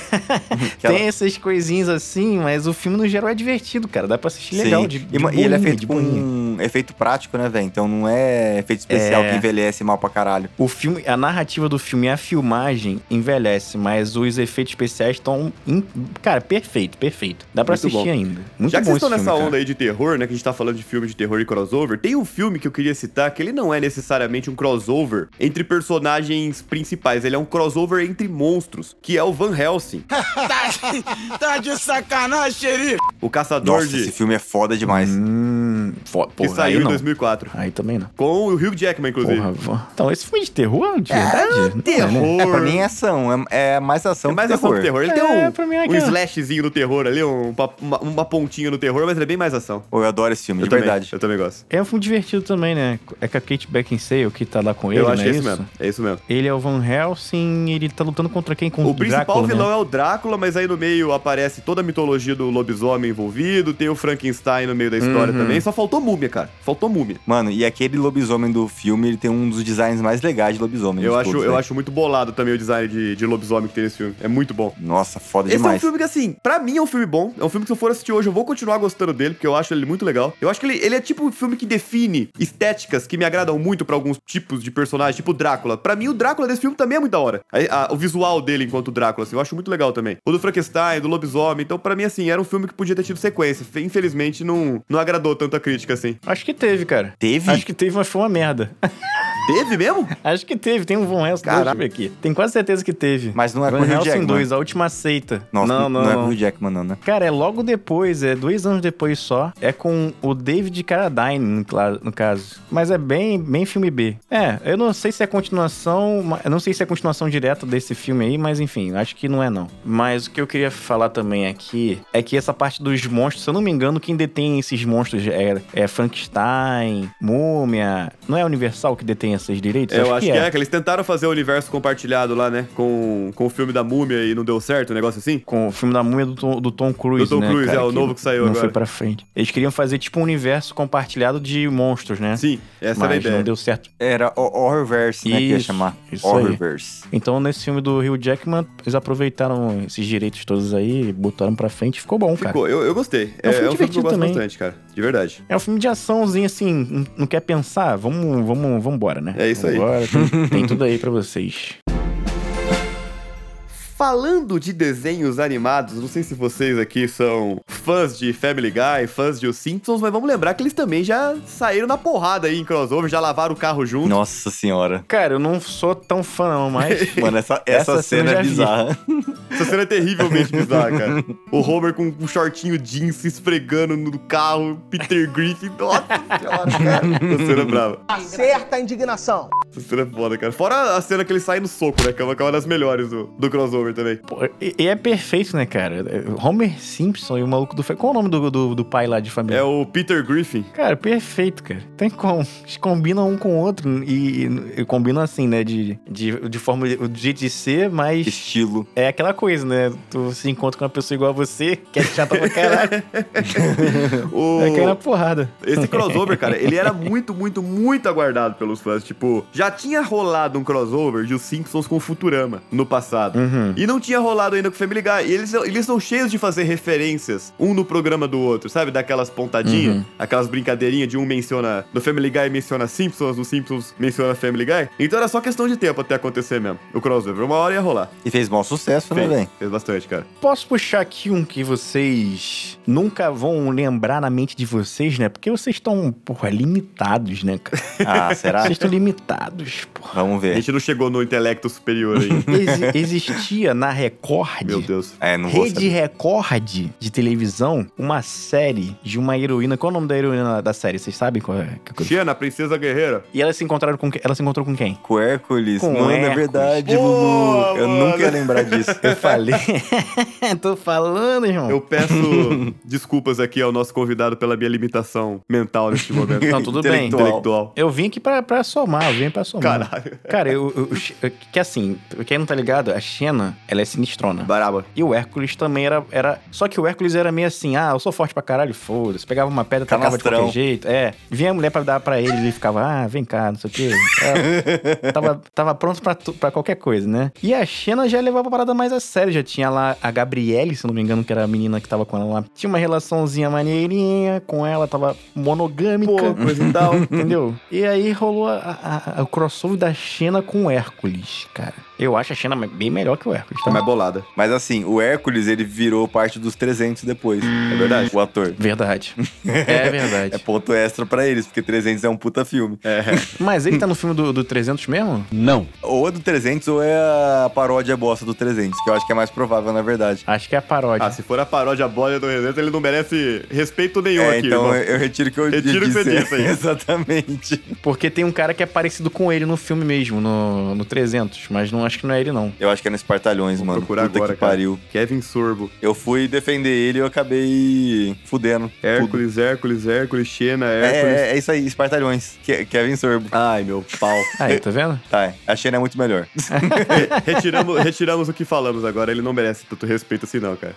S4: Que
S5: Tem
S4: ela-
S5: essas coisinhas assim, mas o filme no geral é divertido, cara. Dá pra assistir legal.
S4: Sim.
S5: De, de
S4: e, ma- e ele é
S5: boinha,
S4: feito
S5: de
S4: com
S5: boinha.
S4: um efeito prático, né, velho? Então não é efeito especial
S5: É.
S4: que envelhece mal pra caralho.
S5: O filme, a narrativa do filme e a filmagem envelhece, mas os efeitos especiais estão. in- Cara, perfeito, perfeito. Dá pra
S2: Muito
S5: assistir
S2: bom.
S5: ainda. Muito
S2: Já que
S5: bom
S2: vocês estão
S5: esse
S2: nessa
S5: filme, cara.
S2: onda aí de terror, né? Que a gente tá falando de filme de terror e crossover, tem um filme que eu queria citar que ele não é necessariamente um crossover entre personagens principais, ele é um crossover entre monstros, que é o Van Helsing. tá, de sacanagem,
S5: Tá,
S2: xerife! O Caçador
S4: Nossa,
S2: de.
S4: esse filme é foda demais.
S5: Hum, fo-
S2: Que
S5: porra,
S2: saiu
S5: aí
S2: em
S5: não.
S2: 2004.
S5: Aí também não.
S2: Com o Hugh Jackman, inclusive. um
S5: Porra, vô. Então, esse filme de terror, de verdade? Não é, né?
S2: Terror.
S4: É, pra mim é ação. É, é mais ação
S2: É mais
S4: que
S2: ação
S4: terror.
S2: que terror. Ele
S5: É,
S2: tem um,
S5: pra mim é
S2: um
S5: aquela-
S2: slashzinho no terror ali, um pa- uma, uma pontinha no terror, mas ele é bem mais ação.
S4: Pô, eu adoro esse filme,
S2: Eu
S4: de
S2: também,
S4: verdade.
S2: Eu também gosto.
S5: É um filme divertido também, né? É com a Kate Beckinsale que tá lá com ele,
S2: eu
S5: né?
S2: acho que é isso
S5: Isso?
S2: mesmo. É isso mesmo.
S5: Ele é o Van Helsing, ele tá lutando contra quem? Contra
S2: O principal
S5: Drácula,
S2: vilão
S5: né?
S2: é o Drácula, mas aí no meio aparece toda a mitologia do lobisomem envolvido, tem o Frankenstein no meio da história também. Só faltou múmia, cara. Faltou múmia.
S4: Mano, e aquele lobisomem do filme, ele tem um dos designs mais legais de lobisomem.
S2: Eu
S4: de
S2: acho,
S4: todos,
S2: eu
S4: né?
S2: acho muito bolado também o design de, de lobisomem que tem nesse filme. É muito bom.
S4: Nossa, foda
S2: Esse é um
S4: demais.
S2: filme que, assim, pra mim é um filme bom. É um filme que se eu for assistir hoje, eu vou continuar gostando dele, porque eu acho ele muito legal. Eu acho que ele, ele é tipo um filme que define estéticas que me agradam muito pra alguns tipos de personagens, tipo o Drácula. Pra mim, o Drácula desse filme também é muito da hora. A- a- o visual dele enquanto Drácula, assim, eu acho muito legal também. O do Frankenstein, do Lobisomem. Então, pra mim, assim, era um filme que podia ter tido sequência. Infelizmente, não, não agradou tanta crítica, assim.
S5: Acho que teve, cara.
S4: Teve?
S5: Acho que teve, mas foi uma merda.
S2: Teve mesmo?
S5: Acho que teve, tem um Van Helsing, deixa eu ver aqui. Tem quase certeza que teve.
S4: Mas não é
S5: Van
S4: com o Hugh
S5: Helsing
S4: Jackman.
S5: 2, a última seita.
S4: Nossa,
S5: não, não,
S4: não é
S5: não.
S4: com o Jackman, não, né?
S5: Cara, é logo depois, é dois anos depois só. É com o David Carradine, no cla- no caso. Mas é bem, bem filme B. É, eu não sei se é continuação. ma- Eu não sei se é continuação direta desse filme aí, mas enfim, acho que não é não. Mas o que eu queria falar também aqui é que essa parte dos monstros, se eu não me engano, quem detém esses monstros é, é Frankenstein, Múmia. Não é a Universal que detém essas direitos?
S2: Eu acho, que, é. que eles tentaram fazer o universo compartilhado lá, né? Com, com o filme da múmia e não deu certo, um negócio assim?
S5: Com o filme da múmia do Tom, do Tom Cruise,
S2: Do Tom
S5: né,
S2: Cruise,
S5: cara,
S2: é, o novo que saiu
S5: não
S2: agora.
S5: foi pra frente. Eles queriam fazer tipo um universo compartilhado de monstros, né?
S2: Sim, essa
S5: Mas
S2: era a ideia.
S5: não deu certo.
S4: Era o Horrorverse, né, que ia
S5: Isso,
S4: chamar.
S5: isso aí.
S4: Horrorverse.
S5: Então, nesse filme do Hugh Jackman, eles aproveitaram esses direitos todos aí, botaram pra frente e ficou bom, cara.
S2: Ficou, eu, eu gostei.
S5: Tá. É um filme
S2: que eu
S5: divertido
S2: gosto
S5: também.
S2: bastante, cara. De verdade.
S5: É um filme de açãozinho, assim, n- não quer pensar? Vamos, vamos, vamos embora, né?
S2: É isso aí.
S5: Vambora, Tem, tem tudo aí pra vocês.
S2: Falando de desenhos animados, não sei se vocês aqui são fãs de Family Guy, fãs de Os Simpsons, mas vamos lembrar que eles também já saíram na porrada aí em crossover, já lavaram o carro junto.
S4: Nossa senhora.
S5: Cara, eu não sou tão fã não, mas...
S4: Mano, essa, essa,
S5: Essa
S4: cena
S5: cena eu já
S4: é
S5: vi.
S4: bizarra.
S2: Essa cena é terrivelmente bizarra, cara. O Homer com um shortinho jeans se esfregando no carro, Peter Griffin, nossa senhora, cara. Essa cena é brava.
S7: Acerta a indignação.
S2: Essa cena é foda, cara. Fora a cena que ele sai no soco, né? Que é uma, que é uma das melhores do, do crossover também.
S5: Pô, e, e é perfeito, né, cara? Homer Simpson e o maluco do... fe- Qual o nome do, do, do pai lá de família?
S2: É o Peter Griffin.
S5: Cara, perfeito, cara. Tem como. Eles combinam um com o outro e, e- e combinam assim, né? De, de, de forma de jeito de ser, mas.
S4: Estilo.
S5: É aquela coisa, né? Tu se encontra com uma pessoa igual a você, que é chata pra caralho.
S2: O...
S5: Vai cair na porrada.
S2: Esse crossover, cara, ele era muito, muito, muito aguardado pelos fãs. Tipo, já tinha rolado um crossover de Os Simpsons com o Futurama no passado. E não tinha rolado ainda com o Family Guy. E eles, são- eles são cheios de fazer referências, um no programa do outro, sabe? Daquelas pontadinhas,
S5: Uhum.
S2: aquelas brincadeirinhas de um menciona... Do Family Guy menciona Simpsons, do Simpsons menciona Family Guy. Então era só questão de tempo até acontecer mesmo. O crossover, uma hora ia rolar.
S4: E fez bom sucesso, né,
S2: Fez,
S4: velho?
S2: fez bastante, cara.
S5: Posso puxar aqui um que vocês nunca vão lembrar na mente de vocês, né? Porque vocês estão, porra, limitados, né, cara?
S4: Ah, será?
S5: Vocês estão limitados, porra.
S4: Vamos
S2: A
S4: ver.
S2: gente não chegou no intelecto superior ainda.
S5: Exi- existia na Record.
S2: Meu Deus.
S4: É, não vou
S5: Rede
S4: saber.
S5: Record de televisão, uma série de uma heroína. Qual é o nome da heroína da série? Vocês sabem qual é? Que coisa?
S2: Xena, Princesa Guerreira.
S5: E elas se encontraram com que- ela se encontrou com quem?
S4: Com Hércules.
S5: Com
S4: Mano, é
S5: Hércules.
S4: verdade,
S2: Boa,
S4: Lulu. Eu
S2: mano.
S4: nunca ia lembrar disso.
S5: Eu falei. Tô falando, irmão.
S2: Eu peço desculpas aqui ao nosso convidado pela minha limitação mental neste momento.
S5: Não, tudo bem.
S2: Intelectual.
S5: Eu vim aqui pra, pra somar, eu vim pra somar.
S2: Caralho.
S5: Cara, eu, eu- eu- Que assim, quem não tá ligado, a Xena, ela é sinistrona.
S2: Baraba.
S5: E o Hércules também era, era. Só que o Hércules era meio assim: ah, eu sou forte pra caralho, foda-se. Pegava uma pedra, tacava de
S4: Canastrão.
S5: qualquer jeito. É. Vinha a mulher pra dar pra ele, ele ficava, ah, vem cá, não sei o quê. É, tava, tava pronto pra, tu- pra qualquer coisa, né? E a Xena já levava a parada mais a sério. Já tinha lá a Gabriele, se eu não me engano, que era a menina que tava com ela lá. Tinha uma relaçãozinha maneirinha com ela, tava monogâmica.
S2: Pô, então. coisa e tal.
S5: Entendeu? E aí rolou a- a- a- o crossover da Xena com o Hércules, cara. Eu acho a Xena bem melhor que o Hércules, tá?
S2: Mais bolada.
S4: Mas assim, o Hércules, ele virou parte dos 300 depois. É
S2: verdade.
S4: O ator.
S5: Verdade. É verdade.
S4: É ponto extra pra eles, porque 300 é um puta filme.
S5: Mas ele tá no filme do, do 300 mesmo?
S10: Não.
S4: Ou é do 300 ou é a paródia bosta do 300, que eu acho que é mais provável, na verdade.
S5: Acho que é a paródia.
S2: Ah, se for a paródia bola do Resident, ele não merece respeito nenhum
S4: É,
S2: um aqui.
S4: então
S2: irmão.
S4: eu, eu retiro o que eu
S2: Retiro o que
S4: disse.
S2: você disse aí.
S4: Exatamente.
S5: Porque tem um cara que é parecido com ele no filme mesmo, no, no 300. Mas não acho que não é ele, não.
S4: Eu acho que é no Espartalhões,
S2: Vou
S4: mano.
S2: procurar
S4: Puta
S2: agora,
S4: que
S2: cara.
S4: pariu.
S2: Kevin Sorbo.
S4: Eu fui defender ele e eu acabei fudendo. tudo.
S2: Hércules, Hércules, Hércules, Xena, Hércules.
S4: É, é, é isso aí, Espartalhões. Ke- Kevin Sorbo.
S2: Ai, meu pau.
S5: Aí, tá vendo?
S4: Tá, a Xena é muito melhor.
S2: retiramos, retiramos o que falamos agora. Ele não merece tanto respeito assim, não, cara.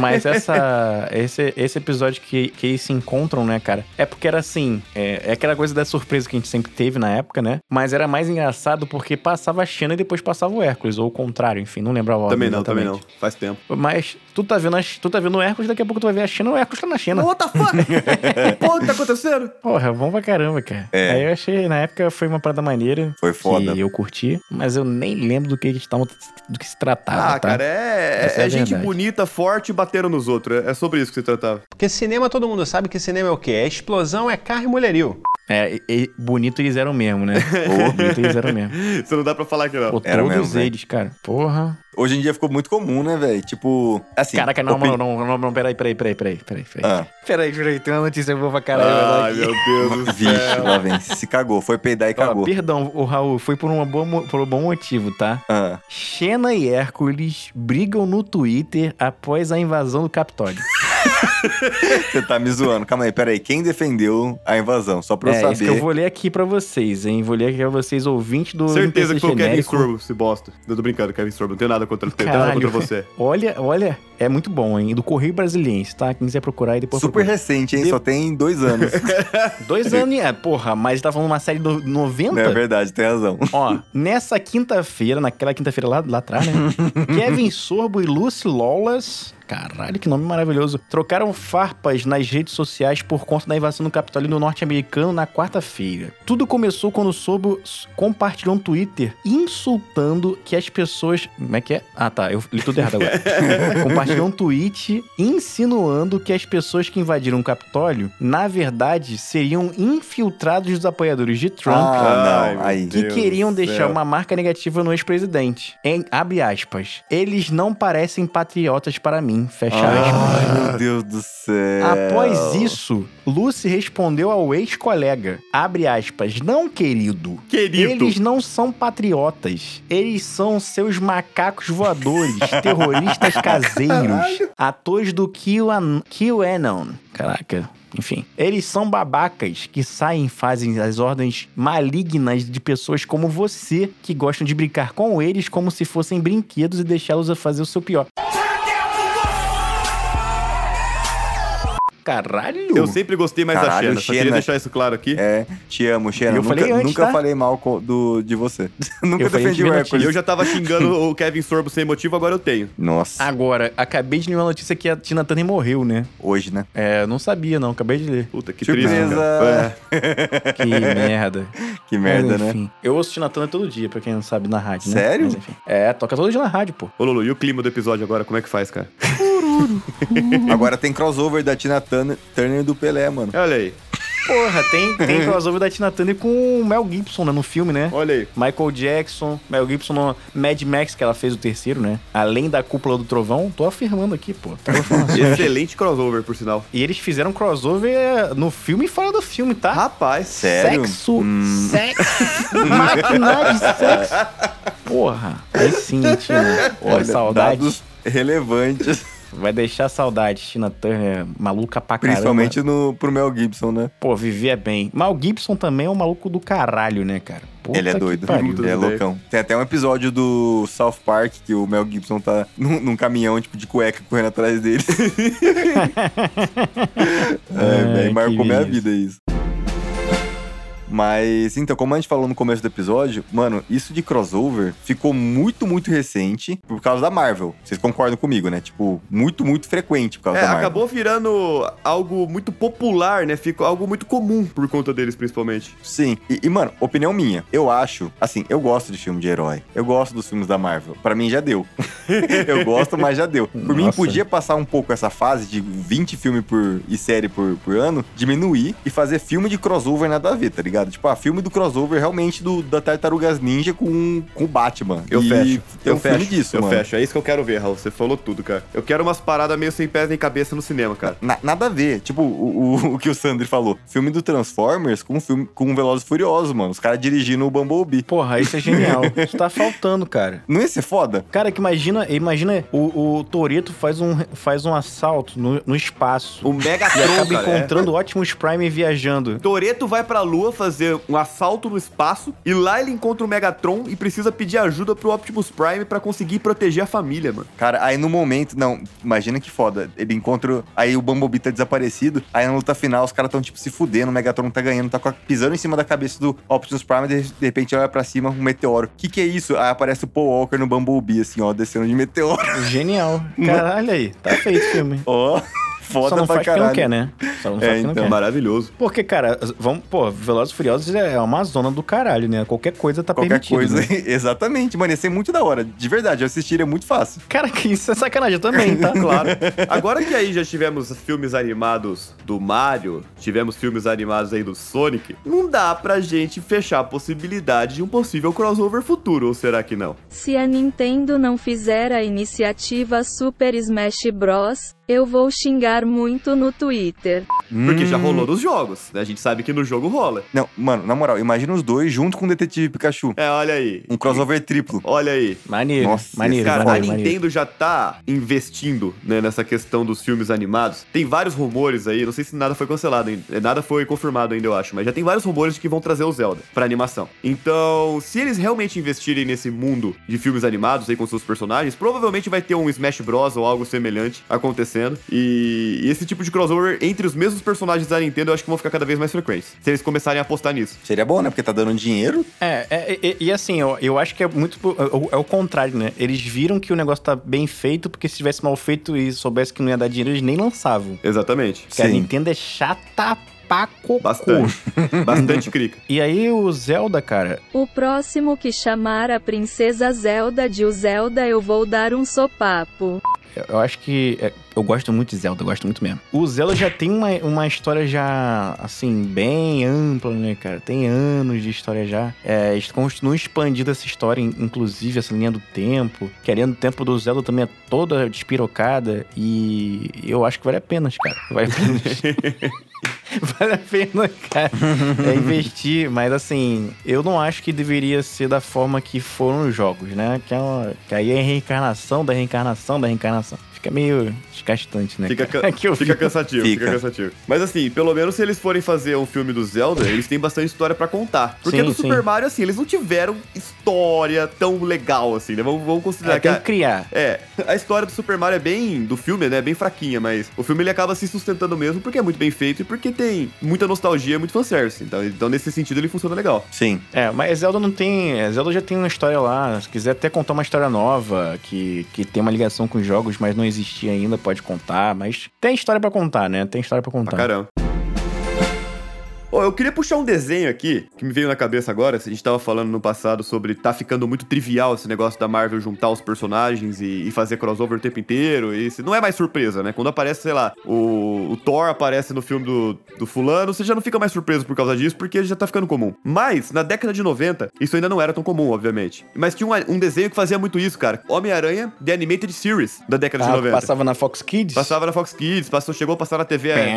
S5: Mas essa, esse, esse episódio que, que eles se encontram, né, cara? É porque era assim, é, é aquela coisa da surpresa que a gente sempre teve na época, né? Mas era mais engraçado porque passava a Xena e depois passava o Hércules, ou o contrário, enfim, não lembrava a ordem
S2: também não, também não.
S5: exatamente.
S2: Faz tempo.
S5: Mas tu tá vendo, as, tu tá vendo o Hércules, daqui a pouco tu vai ver a Xena, o Hércules tá na Xena.
S2: What the fuck? que porra que tá acontecendo?
S5: Porra, é bom pra caramba, cara.
S4: É.
S5: Aí eu achei, na época foi uma parada maneira.
S4: Foi foda.
S5: Que eu curti, mas eu nem lembro do que, eles tavam- do que se tratava.
S2: Ah,
S5: tá?
S2: cara, é,
S5: Essa
S2: é
S5: é a
S2: gente
S5: verdade.
S2: bonita, forte, batendo nos outros. É é sobre isso que se tratava.
S8: Porque cinema, todo mundo sabe que cinema é o quê? É explosão, é carro e mulherio.
S5: É, e- e bonito eles eram mesmo, né? Pô, bonito eles eram mesmo.
S2: Isso não dá pra falar que não.
S5: Pô,
S4: Era
S5: todos
S4: mesmo, né?
S5: eles, cara. Porra.
S4: Hoje em dia ficou muito comum, né, velho? Tipo, assim.
S5: Caraca, não,
S4: opini-
S5: não, não, não, não, peraí, peraí, peraí, peraí, peraí. Peraí,
S4: Ah.
S5: peraí, peraí tem uma notícia boa pra caralho.
S2: Ai,
S5: agora
S2: meu Deus do
S4: Vixe,
S2: céu.
S4: lá vem. Se cagou. Foi peidar e
S5: aqui. Ó,
S4: cagou.
S5: perdão, o Raul, foi por, uma boa, mo- por um bom motivo, tá?
S4: Ah,
S5: Xena e Hércules brigam no Twitter após a invasão do Capitólio.
S4: Você tá me zoando. Calma aí, peraí. Quem defendeu a invasão? Só pra eu
S5: é,
S4: saber.
S5: isso que eu vou ler aqui pra vocês, hein? Vou ler aqui pra vocês, ouvinte do
S2: Certeza
S5: NPC
S2: que foi o Kevin
S5: genérico.
S2: Sorbo, esse bosta. Eu tô brincando, Kevin Sorbo. Não tenho nada contra, não tenho nada
S5: Caralho.
S2: contra você.
S5: Olha, olha, é muito bom, hein? Do Correio Brasiliense, tá? Quem quiser procurar e depois
S4: Super
S5: procura.
S4: recente, hein? Só tem dois anos.
S5: Dois anos, é, porra, mas tá falando uma série do 90?
S4: É verdade, tem razão.
S5: Ó, nessa quinta-feira, naquela quinta-feira lá, lá atrás, né? Kevin Sorbo e Lucy Lawless. Caralho, que nome maravilhoso. Trocaram farpas nas redes sociais por conta da invasão do Capitólio do norte-americano na quarta-feira. Tudo começou quando o Sorbo s- compartilhou um Twitter insultando que as pessoas. Como é que é? Ah, tá, eu li tudo errado agora. compartilhou um tweet insinuando que as pessoas que invadiram o Capitólio, na verdade, seriam infiltrados dos apoiadores de Trump
S4: Ah, não.
S2: Ai,
S4: Aí.
S5: que
S2: Deus
S5: queriam
S2: do
S5: deixar
S2: céu.
S5: uma marca negativa no ex-presidente. Em- Abre aspas. Eles não parecem patriotas para mim. Fecha
S2: Ah.
S5: aspas.
S4: Ai, meu Deus do céu.
S2: É,
S5: Após isso, Lucy respondeu ao ex-colega. Abre aspas. Não, querido.
S2: Querido.
S5: Eles não são patriotas. Eles são seus macacos voadores, terroristas caseiros, atores do QAnon. QAnon. Caraca. Enfim, eles são babacas que saem e fazem as ordens malignas de pessoas como você, que gostam de brincar com eles como se fossem brinquedos e deixá-los a fazer o seu pior. Caralho!
S2: Eu sempre gostei mais
S4: Caralho,
S2: da Xena, só queria
S4: Xena.
S2: deixar isso claro aqui.
S4: É, te amo, Xena.
S5: Eu
S4: nunca
S5: falei antes,
S4: nunca
S5: tá?
S4: falei mal co- do, de você. nunca
S5: Eu falei
S4: defendi
S5: de
S4: o
S5: ver
S4: Hércules.
S2: Eu já tava xingando o Kevin Sorbo sem motivo, agora eu tenho.
S4: Nossa,
S5: Agora, acabei de ler uma notícia que a Tina Turner morreu, né?
S4: hoje, né?
S5: É, eu não sabia não, acabei de ler.
S2: Puta, que triste, cara. É.
S4: Surpresa!
S5: Que merda.
S4: que merda,
S5: Mas,
S4: né?
S5: É. enfim. Eu ouço Tina Turner todo dia, pra quem não sabe, na rádio, né?
S4: Sério?
S5: Mas, enfim. É, toca todo dia na rádio, pô.
S2: Ô, Lulu, e o clima do episódio agora, como é que faz, cara?
S4: Agora tem crossover da Tina Turner, Turner e do Pelé, mano.
S2: Olha aí,
S5: Porra, tem, tem crossover da Tina Turner com o Mel Gibson, né? No filme, né?
S2: olha aí.
S5: Michael Jackson, Mel Gibson no Mad Max, que ela fez o terceiro, né? Além da cúpula do trovão, tô afirmando aqui, pô. Tô afirmando.
S2: Excelente crossover, por sinal.
S5: e eles fizeram crossover no filme e fora do filme, tá?
S2: Rapaz,
S4: Sério?
S5: Sexo, sexo, máquina de sexo. Porra, aí sim, Tina. Olha, saudade.
S4: Dados relevantes,
S5: Vai deixar saudade, Tina Turner, É maluca pra caramba.
S4: principalmente no, pro Mel Gibson, né?
S5: Pô, vivia bem. Mal Gibson também é um maluco do caralho, né, cara? Puta
S4: ele é
S5: que
S4: doido, ele
S5: pariu.
S4: é
S2: Puta
S4: loucão. Tem até um episódio do South Park que o Mel Gibson tá num, num caminhão, tipo, de cueca correndo atrás dele. é,
S5: Ai,
S4: velho,
S5: Ah, que
S4: marcou minha
S5: beleza.
S4: vida isso. Mas, então, como a gente falou no começo do episódio, mano, isso de crossover ficou muito, muito recente por causa da Marvel. Vocês concordam comigo, né? Tipo, muito, muito frequente por causa
S2: É,
S4: da Marvel.
S2: acabou virando algo muito popular, né? Ficou algo muito comum por conta deles, principalmente.
S4: Sim. E, e, mano, opinião minha. Eu acho, assim, eu gosto de filme de herói. Eu gosto dos filmes da Marvel. Pra mim já deu. eu gosto, mas já deu. Por mim,
S5: Nossa.
S4: podia passar um pouco essa fase de 20 filmes por, e série por, por ano, diminuir e fazer filme de crossover nada a ver, tá ligado? Tipo, ah, filme do crossover realmente do, da Tartarugas Ninja com, com o Batman.
S2: Eu
S4: E
S2: fecho.
S4: Tem
S2: eu
S4: um
S2: fecho.
S4: filme disso,
S2: eu
S4: mano.
S2: fecho. É isso que eu quero ver, Raul. Você falou tudo, cara. Eu quero umas paradas meio sem pés nem cabeça no cinema, cara.
S4: Na- nada a ver. Tipo, o, o- o que o Sandro falou. Filme do Transformers com um filme com um Velozes e Furiosos, mano. Os caras dirigindo o Bumblebee.
S5: Porra, isso é genial. isso tá faltando, cara.
S4: Não ia ser foda?
S5: Cara, que imagina, imagina o, o Toreto faz um, faz um assalto no, no espaço.
S2: O Megatron,
S5: Acaba
S2: cara, é.
S5: encontrando Optimus Prime viajando.
S2: Toreto vai pra lua fazer um assalto no espaço e lá ele encontra o Megatron e precisa pedir ajuda pro Optimus Prime pra conseguir proteger a família, mano.
S4: Cara, aí no momento, não, imagina que foda. Ele encontra. Aí o Bumblebee tá desaparecido. Aí na luta final os caras tão tipo se fudendo. O Megatron tá ganhando, tá com a- pisando em cima da cabeça do Optimus Prime. De, de repente olha pra cima um meteoro. Que que é isso? Aí aparece o Paul Walker no Bumblebee, assim, ó, descendo de meteoro.
S5: Genial. Caralho aí, tá feito o filme.
S4: Ó,
S5: Só
S4: foda
S5: não
S4: pra
S5: faz quem
S4: caralho.
S5: não quer, né? Só não faz
S4: É,
S5: quem não
S4: então,
S5: quer.
S2: Maravilhoso.
S5: Porque, cara, vamos, pô, Velozes e Furiosos é uma zona do caralho, né? Qualquer coisa tá
S4: Qualquer
S5: permitido.
S4: coisa.
S5: Né?
S4: Exatamente, mano. Ia ser muito da hora. De verdade, eu assistiria muito fácil.
S5: Cara, que isso é sacanagem também, tá? Claro.
S2: Agora que aí já tivemos filmes animados do Mario, tivemos filmes animados aí do Sonic, não dá pra gente fechar a possibilidade de um possível crossover futuro, ou será que não?
S13: Se a Nintendo não fizer a iniciativa Super Smash Bros., eu vou xingar rolar muito no Twitter.
S2: Porque
S4: Hum.
S2: já rolou nos jogos, né? A gente sabe que no jogo rola.
S4: Não, mano, na moral, imagina os dois junto com o Detetive Pikachu.
S2: É, olha aí.
S4: Um crossover triplo.
S2: Olha aí.
S5: Maneiro,
S4: Nossa,
S5: maneiro,
S2: Cara,
S5: maneiro,
S2: a
S5: maneiro.
S2: Nintendo já tá investindo né, nessa questão dos filmes animados. Tem vários rumores aí, não sei se nada foi cancelado ainda, é, nada foi confirmado ainda, eu acho, mas já tem vários rumores de que vão trazer o Zelda pra animação. Então, se eles realmente investirem nesse mundo de filmes animados aí com seus personagens, provavelmente vai ter um Smash Bros ou algo semelhante acontecendo. E, e esse tipo de crossover entre os mesmos personagens da Nintendo, eu acho que vão ficar cada vez mais frequentes, se eles começarem a apostar nisso.
S4: Seria bom, né? Porque tá dando dinheiro.
S5: É, é, é, e assim, eu, eu acho que é muito. pro- É, o- é o contrário, né? Eles viram que o negócio tá bem feito, porque se tivesse mal feito e soubesse que não ia dar dinheiro, eles nem lançavam.
S2: Exatamente.
S5: Porque a Nintendo é chata pra cocô.
S2: Bastante. Bastante crica.
S5: E aí o Zelda, cara.
S13: O próximo que chamar a princesa Zelda de o Zelda eu vou dar um sopapo.
S5: eu- Eu acho que. é, eu gosto muito de Zelda, eu gosto muito mesmo. O Zelda já tem uma, uma história já, assim, bem ampla, né, cara? Tem anos de história já. É, eles continuam expandindo essa história, in- inclusive essa linha do tempo. Que a linha do tempo do Zelda também é toda despirocada. E eu acho que vale a pena, cara. Vale a pena. vale a pena, cara. É investir, mas assim, eu não acho que deveria ser da forma que foram os jogos, né? Que, é uma- que aí é reencarnação da reencarnação da reencarnação. Fica meio desgastante, né?
S2: Fica,
S5: cara?
S2: ca-
S5: Que eu
S2: fica
S5: fico-
S2: cansativo, fica.
S5: Fica.
S2: cansativo. Mas assim, pelo menos se eles forem fazer um filme do Zelda, eles têm bastante história pra contar. Porque
S5: Sim,
S2: no
S5: sim.
S2: Super Mario, assim, eles não tiveram história tão legal, assim, né? Vamos, vamos considerar
S5: É,
S2: que...
S5: tem
S2: a-
S5: que criar.
S2: É, a história do Super Mario é bem. do filme, né? É bem fraquinha, mas o filme ele acaba se sustentando mesmo porque é muito bem feito e porque tem muita nostalgia, muito fanservice. Então, então nesse sentido, ele funciona legal.
S4: Sim.
S5: É, mas Zelda não tem. é, Zelda já tem uma história lá. Se quiser até contar uma história nova, que, que tem uma ligação com os jogos, mas não existia ainda, pode contar. Mas tem história pra contar, né? Tem história pra contar.
S2: Caramba. Ó, eu queria puxar um desenho aqui, que me veio na cabeça agora. A gente tava falando no passado sobre tá ficando muito trivial esse negócio da Marvel juntar os personagens e, e fazer crossover o tempo inteiro. E isso não é mais surpresa, né? Quando aparece, sei lá, o, o Thor aparece no filme do, do fulano, você já não fica mais surpreso por causa disso, porque já tá ficando comum. Mas, na década de 90, isso ainda não era tão comum, obviamente. Mas tinha um, um desenho que fazia muito isso, cara. Homem-Aranha, The Animated Series, da década de
S5: Ah,
S2: 90.
S5: passava na Fox Kids?
S2: Passava na Fox Kids, passou, chegou a passar na TV.
S5: É.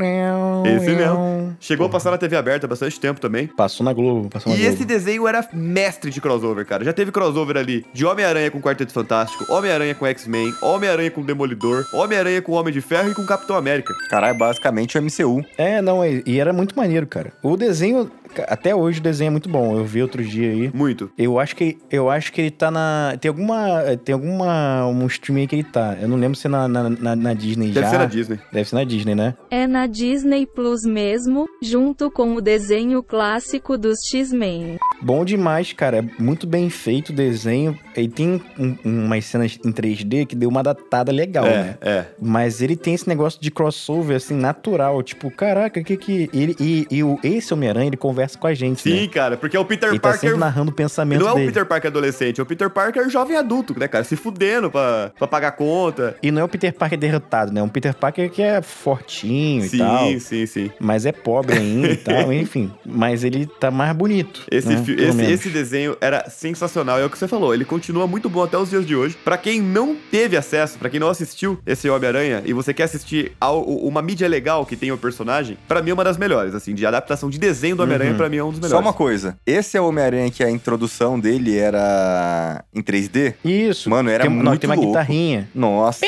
S2: É. Esse mesmo. Chegou a passar na TV aberta há bastante tempo também.
S5: Passou na Globo, passou na
S2: E
S5: Globo.
S2: esse desenho era mestre de crossover, cara. Já teve crossover ali de Homem-Aranha com Quarteto Fantástico, Homem-Aranha com X-Men, Homem-Aranha com Demolidor, Homem-Aranha com Homem de Ferro e com Capitão América.
S4: Caralho, basicamente o MCU.
S5: É, não, e e era muito maneiro, cara. O desenho, ca- até hoje o desenho é muito bom. Eu vi outro dia aí.
S2: Muito.
S5: Eu acho que eu acho que ele tá na tem alguma tem alguma um stream aí que ele tá. Eu não lembro se é na, na, na- na Disney
S2: Deve
S5: já.
S2: ser na Disney.
S5: Deve ser na Disney, né?
S13: É na Disney Plus mesmo, junto com o desenho clássico dos X-Men.
S5: Bom demais, cara. É muito bem feito o desenho. Ele tem um- umas cenas em 3D que deu uma datada legal,
S2: é,
S5: né?
S2: é.
S5: Mas ele tem esse negócio de crossover, assim, natural. Tipo, caraca, o que que... Ele, e e o, esse Homem-Aranha, ele conversa com a gente, né?
S2: Sim, cara, porque é o Peter
S5: Ele tá
S2: Parker.
S5: sempre narrando o pensamento
S2: Não é o
S5: dele.
S2: Peter Parker adolescente, é o Peter Parker jovem adulto, né, cara? Se fudendo pra, pra pagar conta.
S5: E não é o Peter Parker derrotado, né? É um Peter Parker que é fortinho
S2: Sim,
S5: e tal.
S2: sim, sim.
S5: Mas é pobre ainda e tal, enfim. Mas ele tá mais bonito.
S2: Esse,
S5: né?
S2: fi-
S5: Pelo
S2: esse,
S5: menos.
S2: esse desenho era sensacional, é o que você falou. Ele continua muito bom até os dias de hoje. Pra quem não teve acesso, pra quem não assistiu esse Homem-Aranha e você quer assistir ao- o- uma mídia legal que tem o personagem, pra mim é uma das melhores, assim, de adaptação de desenho do Homem-Aranha,
S4: Uhum.
S2: pra mim é um dos melhores.
S4: Só uma coisa. Esse é o Homem-Aranha que a introdução dele era em 3D?
S5: Isso.
S4: Mano, era
S5: tem, um,
S4: muito
S5: não, tem uma
S4: louco.
S5: guitarrinha.
S4: Nossa.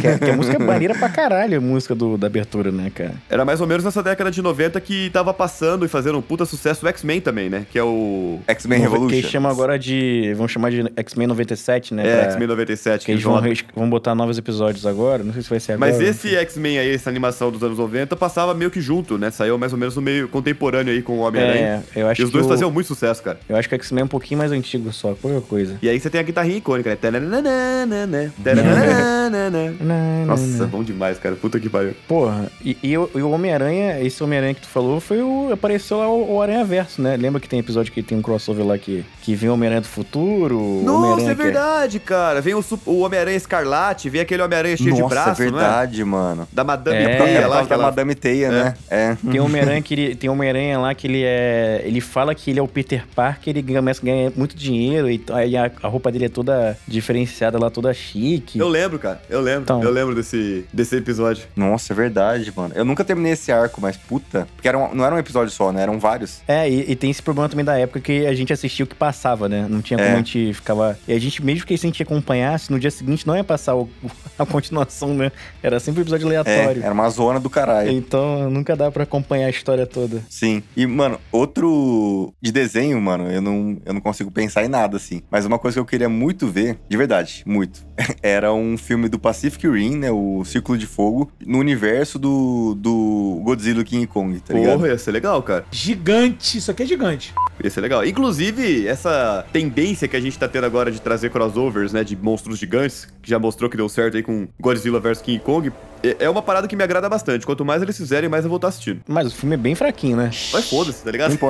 S5: Que, é- que a música é maneira pra caralho, a música do, da abertura, né, cara?
S2: Era mais ou menos nessa década de 90 que tava passando e fazendo um puta sucesso o X-Men também, né? Que é o.
S4: X-Men
S5: Que
S4: Revolution.
S5: chama agora de... Vão chamar de X-Men 97, né?
S2: É,
S5: pra-
S2: X-Men 97.
S5: Que eles
S2: vão-
S5: vão, res- vão botar novos episódios agora. Não sei se vai ser agora.
S2: Mas esse é, X-Men aí, essa animação dos anos 90, passava meio que junto, né? Saiu mais ou menos no meio contemporâneo aí com o Homem-Aranha.
S5: É, eu acho
S2: e os
S5: que
S2: dois
S5: o-
S2: faziam muito sucesso, cara.
S5: Eu acho que o X-Men é um pouquinho mais antigo só, pouca coisa.
S2: E aí você tem a guitarrinha icônica, né? Tananana, tananana, né? Nossa, bom demais, cara. Puta que pariu.
S5: Porra, e, e o e o Homem-Aranha, esse Homem-Aranha que tu falou, foi o. Apareceu lá o, o Aranha Verso, né? Lembra que tem episódio que tem um crossover lá que, que vem o Homem-Aranha do Futuro? o
S2: Nossa,
S5: Homem-Aranha
S2: é
S5: que
S2: verdade, cara. Vem o, su- o Homem-Aranha Escarlate, vem aquele Homem-Aranha cheio de
S4: Nossa,
S2: braço, né?
S4: é
S2: não
S4: verdade, mano.
S2: Da Madame
S5: É,
S2: Teia lá.
S4: por
S5: é
S4: causa da
S2: aquela-
S4: Madame Teia, né? É.
S5: Tem um Homem-Aranha que ele, tem Homem-Aranha lá que ele é. Ele fala que ele é o Peter Parker, ele ganha- começa a ganhar muito dinheiro, e t- aí a, a roupa dele é toda diferenciada lá, toda chique.
S2: Eu lembro, cara. Eu lembro.
S5: Então.
S2: Eu lembro desse, desse episódio.
S4: Nossa, é verdade, mano. Eu nunca terminei esse arco, mas puta. Porque era um- não era um episódio só, né? Eram vários.
S5: É, e, e tem esse problema também da época que a gente assistia o que passava, né? Não tinha como
S4: É.
S5: a gente ficava. E a gente, mesmo que a gente acompanhasse, no dia seguinte não ia passar o- a continuação, né? Era sempre um episódio aleatório.
S4: É, era uma zona do
S2: É,
S4: caralho.
S5: Então nunca dá pra acompanhar a história toda.
S4: Sim. E, mano, outro de desenho, mano, eu não, eu não consigo pensar em nada, assim. Mas uma coisa que eu queria muito ver, de verdade, muito, era um filme do Pacific Rim, né? O Círculo de Fogo, no universo do, do Godzilla e King Kong, tá ligado?
S2: Porra, ia ser legal, cara.
S10: Gigante, isso aqui é gigante.
S2: Ia ser legal. Inclusive, essa tendência que a gente tá tendo agora de trazer crossovers, né? De monstros gigantes, que já mostrou que deu certo aí com Godzilla vs King Kong, é- é uma parada que me agrada bastante. Quanto mais eles fizerem, mais eu vou estar assistindo.
S5: Mas o filme é bem fraquinho, né?
S2: Mas foda-se, tá ligado?
S4: Não importa.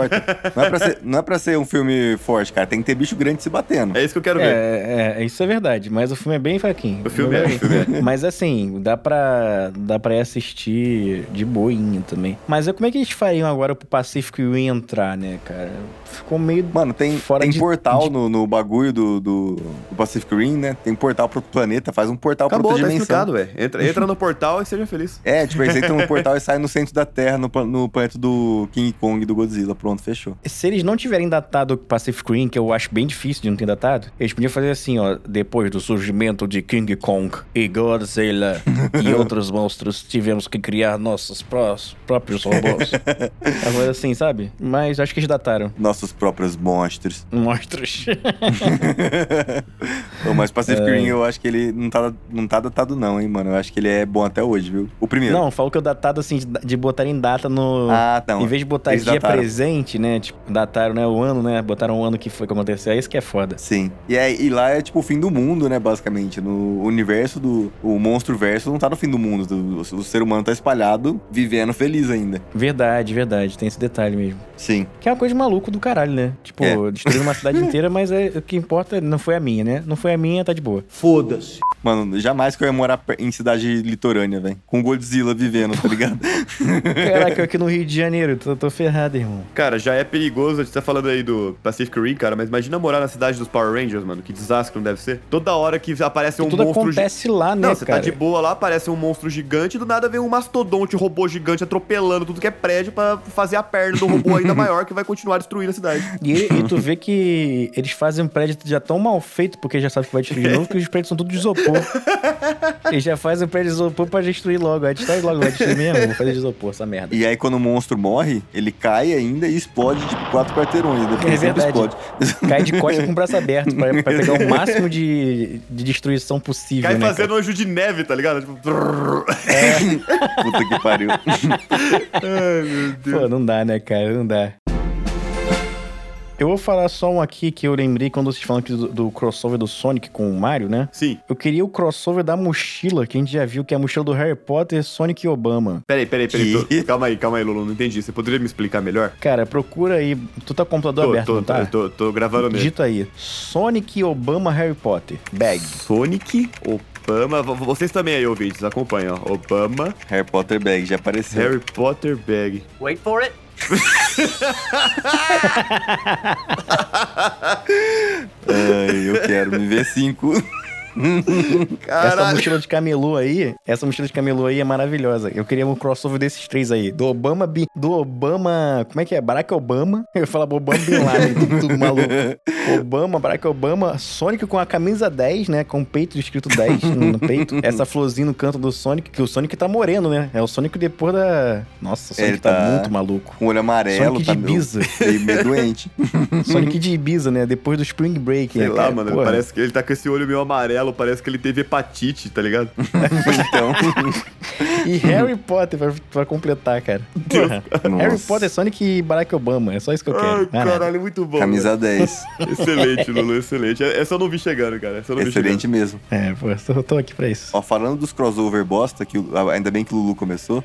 S4: Não é, pra ser, não é pra ser um filme forte, cara. Tem que ter bicho grande se batendo.
S2: É isso que eu quero ver.
S5: É, é, isso é verdade, mas o filme é bem fraquinho.
S2: O filme é, o filme
S5: Mas assim, dá pra, dá pra ir assistir de boinha também. Mas é como é que eles fariam agora pro Pacífico Rim entrar, né, cara? Ficou meio.
S4: Mano, tem,
S5: Fora
S4: tem
S5: de-
S4: portal no, no bagulho do, do, do Pacific Rim, né? Tem portal pro planeta, faz um portal pra
S2: Acabou,
S4: outra
S2: tá
S4: dimensão.
S2: explicado, velho. Entra, entra no portal e seja feliz.
S4: É, tipo, eles entram no portal e saem no centro da Terra, no, pla- no planeta do King Kong e do Godzilla. Pronto, fechou.
S5: Se eles não tiverem datado o Pacific Rim, que eu acho bem difícil de não ter datado, eles podiam fazer assim, ó. Depois do surgimento de King Kong e Godzilla e outros monstros, tivemos que criar nossos prós- próprios robôs. Agora assim, sabe? Mas acho que eles dataram.
S4: Nossos próprios monstros.
S5: Monstros.
S4: Ô, Mas Pacific
S5: É.
S4: Rim, eu acho que ele não tá, não tá datado não, hein, mano. Eu acho que ele é bom até hoje, viu? O primeiro.
S5: Não, falou que eu datado assim, de- de botarem data no.
S4: Ah, não.
S5: Em vez de botar
S4: Eles
S5: dia
S4: dataram.
S5: presente, né? Tipo, dataram, né? O ano, né? Botaram o ano que foi que aconteceu. É isso que é foda.
S4: Sim. E, é, e lá é tipo o fim do mundo, né, basicamente. No universo do... O monstro verso não tá no fim do mundo. O, o ser humano tá espalhado, vivendo feliz ainda.
S5: Verdade, verdade. Tem esse detalhe mesmo.
S4: Sim.
S5: Que é uma coisa de maluco do caralho, né? Tipo,
S4: É.
S5: destruindo uma cidade inteira, mas é, o que importa não foi a minha, né? Não foi a minha, tá de boa.
S4: Foda-se. Mano, jamais que eu ia morar pe- em cidade litorânea, velho. Com Godzilla vivendo, tá ligado?
S5: Caraca, eu aqui no Rio de Janeiro, tô, tô ferrado, irmão.
S2: Cara, já é perigoso, a gente tá falando aí do Pacific Rim, cara, mas imagina morar na cidade dos Power Rangers, mano. Que desastre não deve ser. Toda hora que aparece um
S5: Tudo
S2: monstro... gi-
S5: acontece lá, né,
S2: Não, você
S5: cara?
S2: tá de boa lá, aparece um monstro gigante e do nada vem um mastodonte, robô gigante atropelando tudo que é prédio pra fazer a perna do robô ainda maior que vai continuar destruindo a cidade.
S5: E, ele- e tu vê que eles fazem um prédio já tão mal feito, porque já sabe que vai destruir de novo, que os prédios são tudo de isopor. Eles já fazem um prédio de isopor pra destruir logo. Aí destrói logo, vai destruir mesmo. Vou fazer de isopor, essa merda.
S4: E aí, quando o monstro morre, ele cai ainda e explode de quatro quarteirões. Depois
S5: É
S4: sempre
S5: verdade.
S4: explode.
S5: Cai de costas com o braço aberto pra, pra pegar o máximo de, de destruição possível,
S2: Cai
S5: né?
S2: fazendo um anjo de neve, tá ligado? Tipo...
S5: É.
S4: Puta que pariu.
S2: Ai, meu Deus.
S5: Pô, não dá, né, cara? Não dá. Eu vou falar só um aqui que eu lembrei quando vocês falaram aqui do, do crossover do Sonic com o Mario, né?
S2: Sim.
S5: Eu queria o crossover da mochila, que a gente já viu, que é a mochila do Harry Potter, Sonic e Obama.
S2: Peraí, peraí, peraí. tô-
S4: Que?
S2: Calma aí, calma aí, Lulu. Não entendi. Você poderia me explicar melhor?
S5: Cara, procura aí. Tu tá com o computador
S2: Tô,
S5: aberto,
S2: tô,
S5: não tá?
S2: tô, tô, tô gravando nele.
S5: Digita aí. Sonic e Obama Harry Potter. Bag.
S2: Sonic, Obama. vo- Vocês também aí, ouvintes, acompanham, ó. Obama,
S4: Harry Potter Bag já
S5: É.
S4: apareceu.
S2: Harry Potter Bag.
S9: Wait for it.
S4: Ai, eu quero me ver cinco.
S5: Essa mochila de camelô aí, essa mochila de camelô aí é maravilhosa. Eu queria um crossover desses três aí. Do Obama, Bin- do Obama, como é que é? Barack Obama. Eu falo Obama Bin Laden, tudo, tudo maluco. Obama, Barack Obama, Sonic com a camisa 10, né? Com o peito escrito 10 no no peito. Essa florzinha no canto do Sonic, que o Sonic tá moreno, né? É o Sonic depois da... Nossa, o Sonic
S4: Ele
S5: tá,
S4: tá-
S5: muito maluco.
S4: Com olho amarelo,
S5: Sonic
S4: tá
S5: de
S4: meio,
S5: Ibiza.
S4: meio, meio doente.
S5: Sonic de Ibiza, né? Depois do Spring Break.
S2: Sei
S5: né,
S2: lá,
S5: cara?
S2: mano.
S5: Porra.
S2: Parece que ele tá com esse olho meio amarelo amarelo, parece que ele teve hepatite, tá ligado?
S4: então.
S5: E Harry Potter vai, vai completar, cara. Porra, Harry Potter, Sonic e Barack Obama. É só isso que eu quero.
S2: Ai,
S5: Mais nada.
S2: caralho, é muito é bom. né?
S4: Camisa
S2: velho.
S4: 10.
S2: Excelente, Lulu, excelente. É, Essa eu não vi chegando, cara. Essa eu não vi chegando.
S4: Excelente mesmo.
S5: É, pô, eu tô- eu tô aqui pra isso.
S4: Ó, falando dos crossover bosta, que o- ainda bem que o Lulu começou.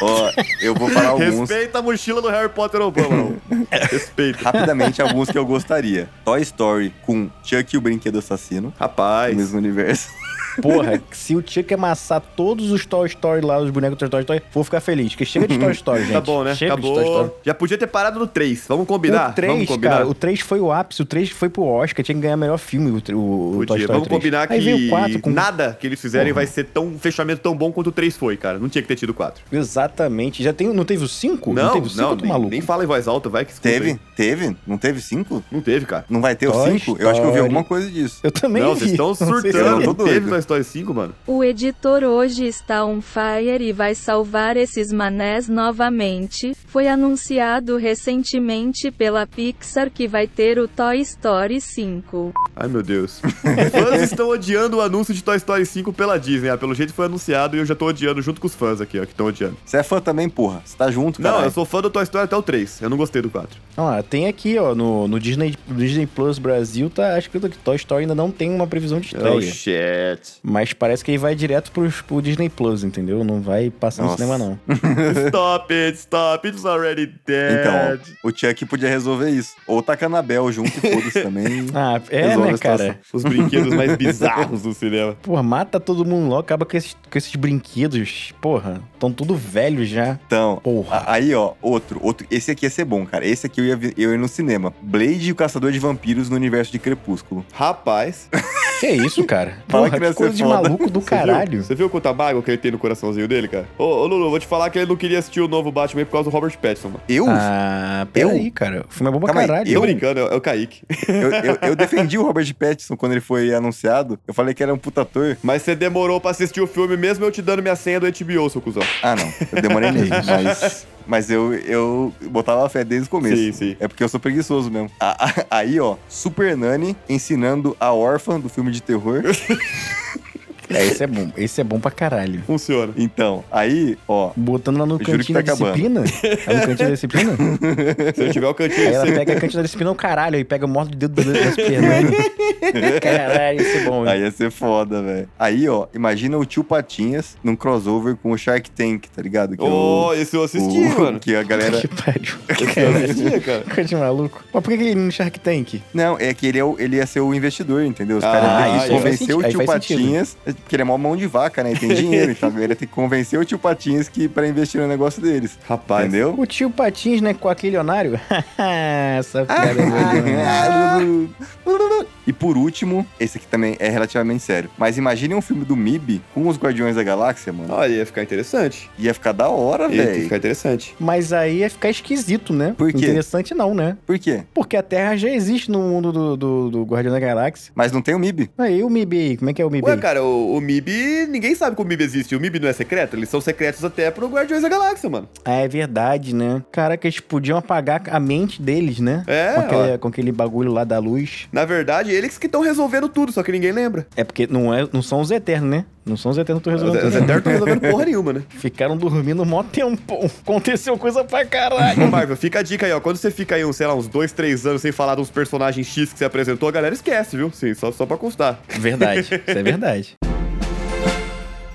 S4: Ó, eu vou falar alguns. É.
S2: Respeita a mochila do Harry Potter Obama, Lulu. Respeita.
S4: Rapidamente, alguns que eu gostaria. Toy Story com Chuck e o Brinquedo Assassino.
S2: Rapaz.
S4: No mesmo universo.
S5: Porra, se o Chuck amassar todos os Toy Story lá, os bonecos do Toy Story, vou ficar feliz. Que chega de Toy Story, gente.
S2: Tá bom, né?
S5: Chega de Toy Story.
S2: Acabou. Já podia ter parado no 3. Vamos combinar?
S5: o 3,
S2: Vamos combinar.
S5: cara, o 3 foi o ápice, o 3 foi pro Oscar, tinha que ganhar melhor filme, o, tre- o, o Toy
S2: Podia.
S5: Story
S2: Vamos
S5: 3.
S2: combinar
S5: Aí veio o 4
S2: que
S5: com...
S2: nada que eles fizerem
S5: Porra.
S2: vai ser tão um fechamento tão bom quanto o 3 foi, cara. Não tinha que ter tido o 4.
S5: Exatamente. Já tem, não teve o 5?
S2: Não,
S5: teve o 5,
S2: não,
S5: tu
S2: nem,
S5: maluco?
S2: nem fala em voz alta, vai que escuta
S4: Teve?
S2: aí.
S4: Teve? Não teve cinco?
S2: Não teve, cara.
S4: Não vai ter o
S5: Toy
S4: cinco? Eu acho que eu vi
S5: Story.
S4: alguma coisa disso.
S5: Eu também
S2: não,
S5: vi.
S2: vocês estão
S5: Não sei se eu
S2: surtando.
S5: vi.
S2: Não
S4: tô doido.
S2: teve Toy Story 5, mano.
S13: O editor hoje está on fire e vai salvar esses manés novamente. Foi anunciado recentemente pela Pixar que vai ter o Toy Story 5.
S2: Ai, meu Deus. fãs estão odiando o anúncio de Toy Story 5 pela Disney. Ah, pelo jeito foi anunciado e eu já tô odiando junto com os fãs aqui, ó, que estão odiando.
S4: Você é fã também, porra? Você tá junto,
S2: Não,
S4: cara?
S2: eu sou fã do Toy Story até o 3. Eu não gostei do 4.
S5: Ah, tem aqui, ó, no, no Disney, no Disney Plus Brasil, tá escrito que Toy Story ainda não tem uma previsão de
S2: É
S5: estreia.
S2: shit.
S5: Mas parece que ele vai direto pros, pro Disney Plus, entendeu? Não vai passar no
S4: Nossa.
S5: cinema, não.
S2: Stop it, stop. It's already dead.
S4: Então, o Chuck podia resolver isso. Ou tá com a Anabel junto, foda-se também.
S5: Ah, é,
S4: Resolve
S5: né,
S4: a situação.
S5: cara?
S2: Os brinquedos mais bizarros do cinema.
S5: Porra, mata todo mundo logo, acaba com esses, com esses brinquedos. Porra, estão tudo velhos já.
S4: Então,
S5: Porra.
S4: a- aí ó, outro, outro. Esse aqui ia ser bom, cara. Esse aqui eu ia, vi- eu ia no cinema. Blade e o Caçador de Vampiros no universo de Crepúsculo.
S2: Rapaz.
S5: Que isso, cara?
S4: Fala que
S5: Porra,
S4: não
S5: que
S4: ia ser
S5: coisa de
S4: foda.
S5: maluco do
S2: Você viu-
S5: caralho.
S2: Você viu o quanta mágoa que ele tem no coraçãozinho dele, cara? Ô, ô Lulu, vou te falar que ele não queria assistir o novo Batman por causa do Robert Pattinson, mano.
S4: Eu?
S5: Ah, peraí, cara. O filme é bom pra
S4: Calma aí,
S5: caralho.
S2: Tô brincando, é o- é o Kaique.
S4: Eu, eu- eu defendi o Robert Pattinson quando ele foi anunciado. Eu falei que era um puta ator.
S2: Mas você demorou pra assistir o filme, mesmo eu te dando minha senha do HBO, seu cuzão.
S4: Ah, não. Eu demorei mesmo, mas... Mas eu, eu botava a fé desde o começo.
S2: Sim, sim.
S4: É porque eu sou preguiçoso mesmo. A- a- aí, ó, Super Nani ensinando a órfã do filme de terror.
S5: É, esse é bom. Esse é bom pra caralho.
S2: Funciona.
S4: Então, aí, ó,
S5: Botando lá no
S4: Eu juro que
S5: cantinho da
S4: tá acabando.
S5: disciplina. É no cantinho da disciplina?
S2: Se eu tiver o cantinho, assim.
S5: Aí ela
S2: você-
S5: pega a cantina da disciplina, o caralho, aí pega o morto do dedo do das pernas. Caralho, isso é bom. hein?
S4: Aí ia ser foda, velho. Aí, ó, imagina o tio Patinhas num crossover com o Shark Tank, tá ligado? Que é
S2: Ô,
S4: o-
S2: esse eu assisti,
S4: o-
S2: mano.
S4: Que a galera.
S5: Que pariu.
S2: Esse eu assisti, cara.
S5: Coisa de maluco. Mas por que que ele no Shark Tank?
S4: Não, é que ele, é o- ele ia ser o investidor, entendeu? Os
S2: Ah, isso aí
S4: caras iam ter que
S2: faz
S4: convencer
S5: sentido,
S4: o
S5: aí
S4: tio
S5: faz
S4: Patinhas, porque ele é mó mão de vaca, né? E tem dinheiro, então ele ia ter que convencer o tio Patinhas que, pra investir no negócio deles.
S2: Rapaz.
S4: Entendeu?
S5: O tio Patins, né, com aquele onário? Essa piada é boa demais.
S2: né?
S4: E por último, esse aqui também é relativamente sério. Mas imagine um filme do MIB com os Guardiões da Galáxia, mano.
S2: Olha, ia ficar interessante.
S4: Ia ficar da hora,
S2: Ia
S4: velho.
S2: ficar interessante.
S5: Mas aí ia ficar esquisito, né?
S4: Por quê?
S5: Interessante não, né?
S4: Por quê?
S5: Porque a Terra já existe no mundo do, do, do Guardião da Galáxia.
S4: Mas não tem o MIB.
S5: Aí o MIB aí, como é que é o MIB
S2: Ué,
S5: aí?
S2: cara, o, o MIB, ninguém sabe que o MIB existe. O MIB não é secreto? Eles são secretos até pro Guardiões da Galáxia, mano.
S5: Ah, é verdade, né? Caraca, eles podiam apagar a mente deles, né?
S2: É,
S5: Com aquele, com aquele bagulho lá da luz.
S2: Na verdade, eles que estão resolvendo tudo, só que ninguém lembra.
S5: É porque não, é, não são os Eternos, né? Não são os Eternos que estão
S2: Os
S5: resolvendo.
S2: os
S5: tudo.
S2: Eternos estão resolvendo porra nenhuma, né?
S5: Ficaram dormindo mó tempão. Aconteceu coisa pra caralho.
S2: Ô, Marvel, fica a dica aí, ó. Quando você fica aí, uns, sei lá, uns dois, três anos sem falar dos personagens X que você apresentou, a galera esquece, viu? Sim, só, só pra constar.
S5: Verdade, isso é verdade.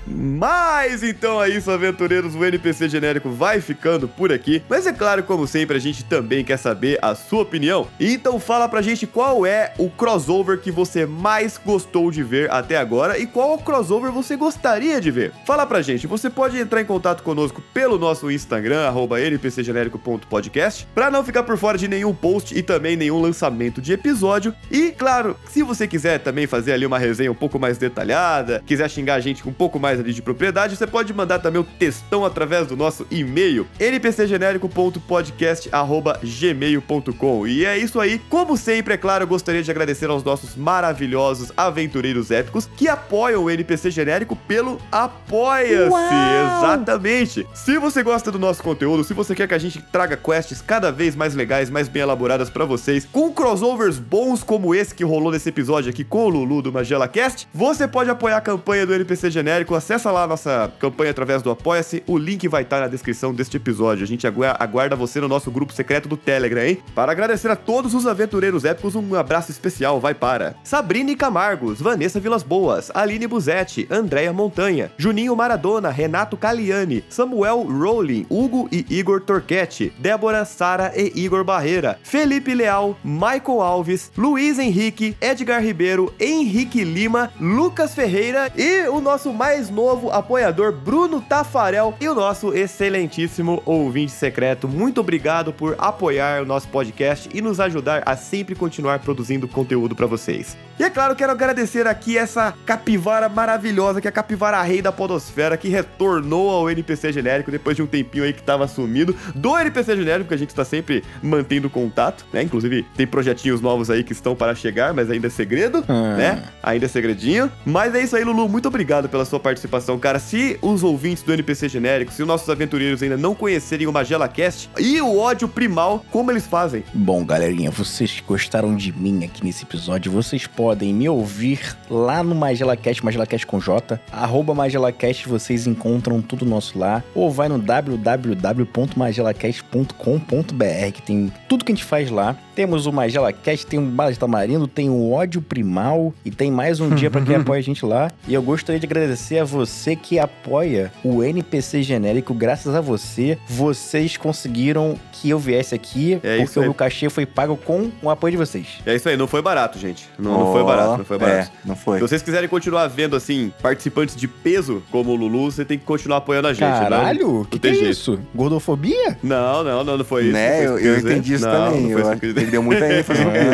S2: Mas então é isso, aventureiros. O NPC genérico vai ficando por aqui. Mas é claro, como sempre, a gente também quer saber a sua opinião. Então fala pra gente qual é o crossover que você mais gostou de ver até agora e qual crossover você gostaria de ver. Fala pra gente. Você pode entrar em contato conosco pelo nosso Instagram, arroba npcgenérico.podcast, pra não ficar por fora de nenhum post e também nenhum lançamento de episódio. E, claro, se você quiser também fazer ali uma resenha um pouco mais detalhada, quiser xingar a gente com um pouco mais ali de de propriedade, você pode mandar também o textão através do nosso e-mail, npcgenerico.podcast.gmail.com. E é isso aí. Como sempre, é claro, eu gostaria de agradecer aos nossos maravilhosos aventureiros épicos que apoiam o NPC Genérico pelo Apoia-se.
S14: Uau!
S2: Exatamente. Se você gosta do nosso conteúdo, se você quer que a gente traga quests cada vez mais legais, mais bem elaboradas pra vocês, com crossovers bons como esse que rolou nesse episódio aqui com o Lulu do Magela Cast, você pode apoiar a campanha do NPC Genérico. Acessa lá a nossa campanha através do Apoia-se. O link vai estar na descrição deste episódio. A gente agu- aguarda você no nosso grupo secreto do Telegram, hein? Para agradecer a todos os aventureiros épicos, um abraço especial vai para Sabrina Camargos, Vanessa Vilas Boas, Aline Buzetti, Andréia Montanha, Juninho Maradona, Renato Caliani, Samuel Rowling, Hugo e Igor Torquete, Débora, Sara e Igor Barreira, Felipe Leal, Michael Alves, Luiz Henrique, Edgar Ribeiro, Henrique Lima, Lucas Ferreira e o nosso mais novo apoiador Bruno Tafarel e o nosso excelentíssimo ouvinte secreto. Muito obrigado por apoiar o nosso podcast e nos ajudar a sempre continuar produzindo conteúdo para vocês. E é claro, quero agradecer aqui essa capivara maravilhosa, que é a capivara rei da podosfera, que retornou ao NPC genérico depois de um tempinho aí que tava sumido do NPC genérico, que a gente está sempre mantendo contato, né? Inclusive, tem projetinhos novos aí que estão para chegar, mas ainda é segredo, né? Ainda é segredinho. Mas é isso aí, Lulu. Muito obrigado pela sua participação, cara. Se os ouvintes do NPC genérico, se os nossos aventureiros ainda não conhecerem o Magela Cast e o ódio primal, como eles fazem?
S5: Bom, galerinha, vocês que gostaram de mim aqui nesse episódio, vocês podem me ouvir lá no MagelaCast, MagelaCast com J, arroba MagelaCast, vocês encontram tudo nosso lá, ou vai no www.magelacast.com.br, que tem tudo que a gente faz lá. Temos o MagelaCast, tem o Bala de Tamarindo, tem o Ódio Primal e tem mais um dia pra quem apoia a gente lá. E eu gostaria de agradecer a você que apoia o NPC Genérico. Graças a você, vocês conseguiram que eu viesse aqui,
S2: É isso
S5: porque o
S2: aí.
S5: meu cachê foi pago com o apoio de vocês.
S2: É isso aí, não foi barato, gente. Não, não foi barato, não foi barato. Então,
S4: É, não foi.
S2: Se vocês quiserem continuar vendo, assim, participantes de peso como o Lulu, você tem que continuar apoiando a gente, né?
S5: Caralho,
S2: Não
S5: que, que
S2: tem
S5: é
S2: jeito.
S5: isso? Gordofobia?
S2: Não, não, não, não foi isso.
S4: Né,
S2: não
S4: eu,
S2: foi
S4: eu
S2: isso que quis dizer.
S4: entendi isso
S2: Não,
S4: também.
S2: não foi É. isso
S4: eu
S2: que
S4: acho
S2: quis
S4: que
S2: dizer.
S4: ele deu muita ênfase no peso.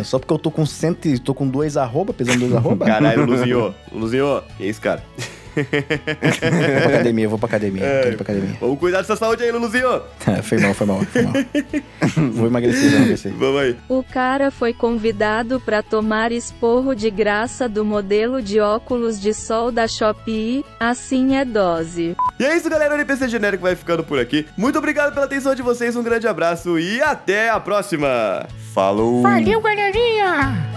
S5: É, só porque eu tô com cento, e- tô com dois arroba, pesando dois arroba?
S2: Caralho, Luzinho, Luzinho, que isso, cara?
S5: Vou pra academia, vou pra academia, tô indo pra
S4: É.
S5: academia.
S2: Vamos cuidar dessa saúde aí, Luzinho.
S5: foi mal, foi mal, foi mal. Vou emagrecer, vou emagrecer.
S2: Vamos aí.
S13: O cara foi convidado para tomar esporro de graça do modelo de óculos de sol da Shopee, assim é dose.
S2: E é isso, galera. O NPC Genérico vai ficando por aqui. Muito obrigado pela atenção de vocês, um grande abraço e até a próxima.
S4: Falou.
S14: Valeu, galerinha!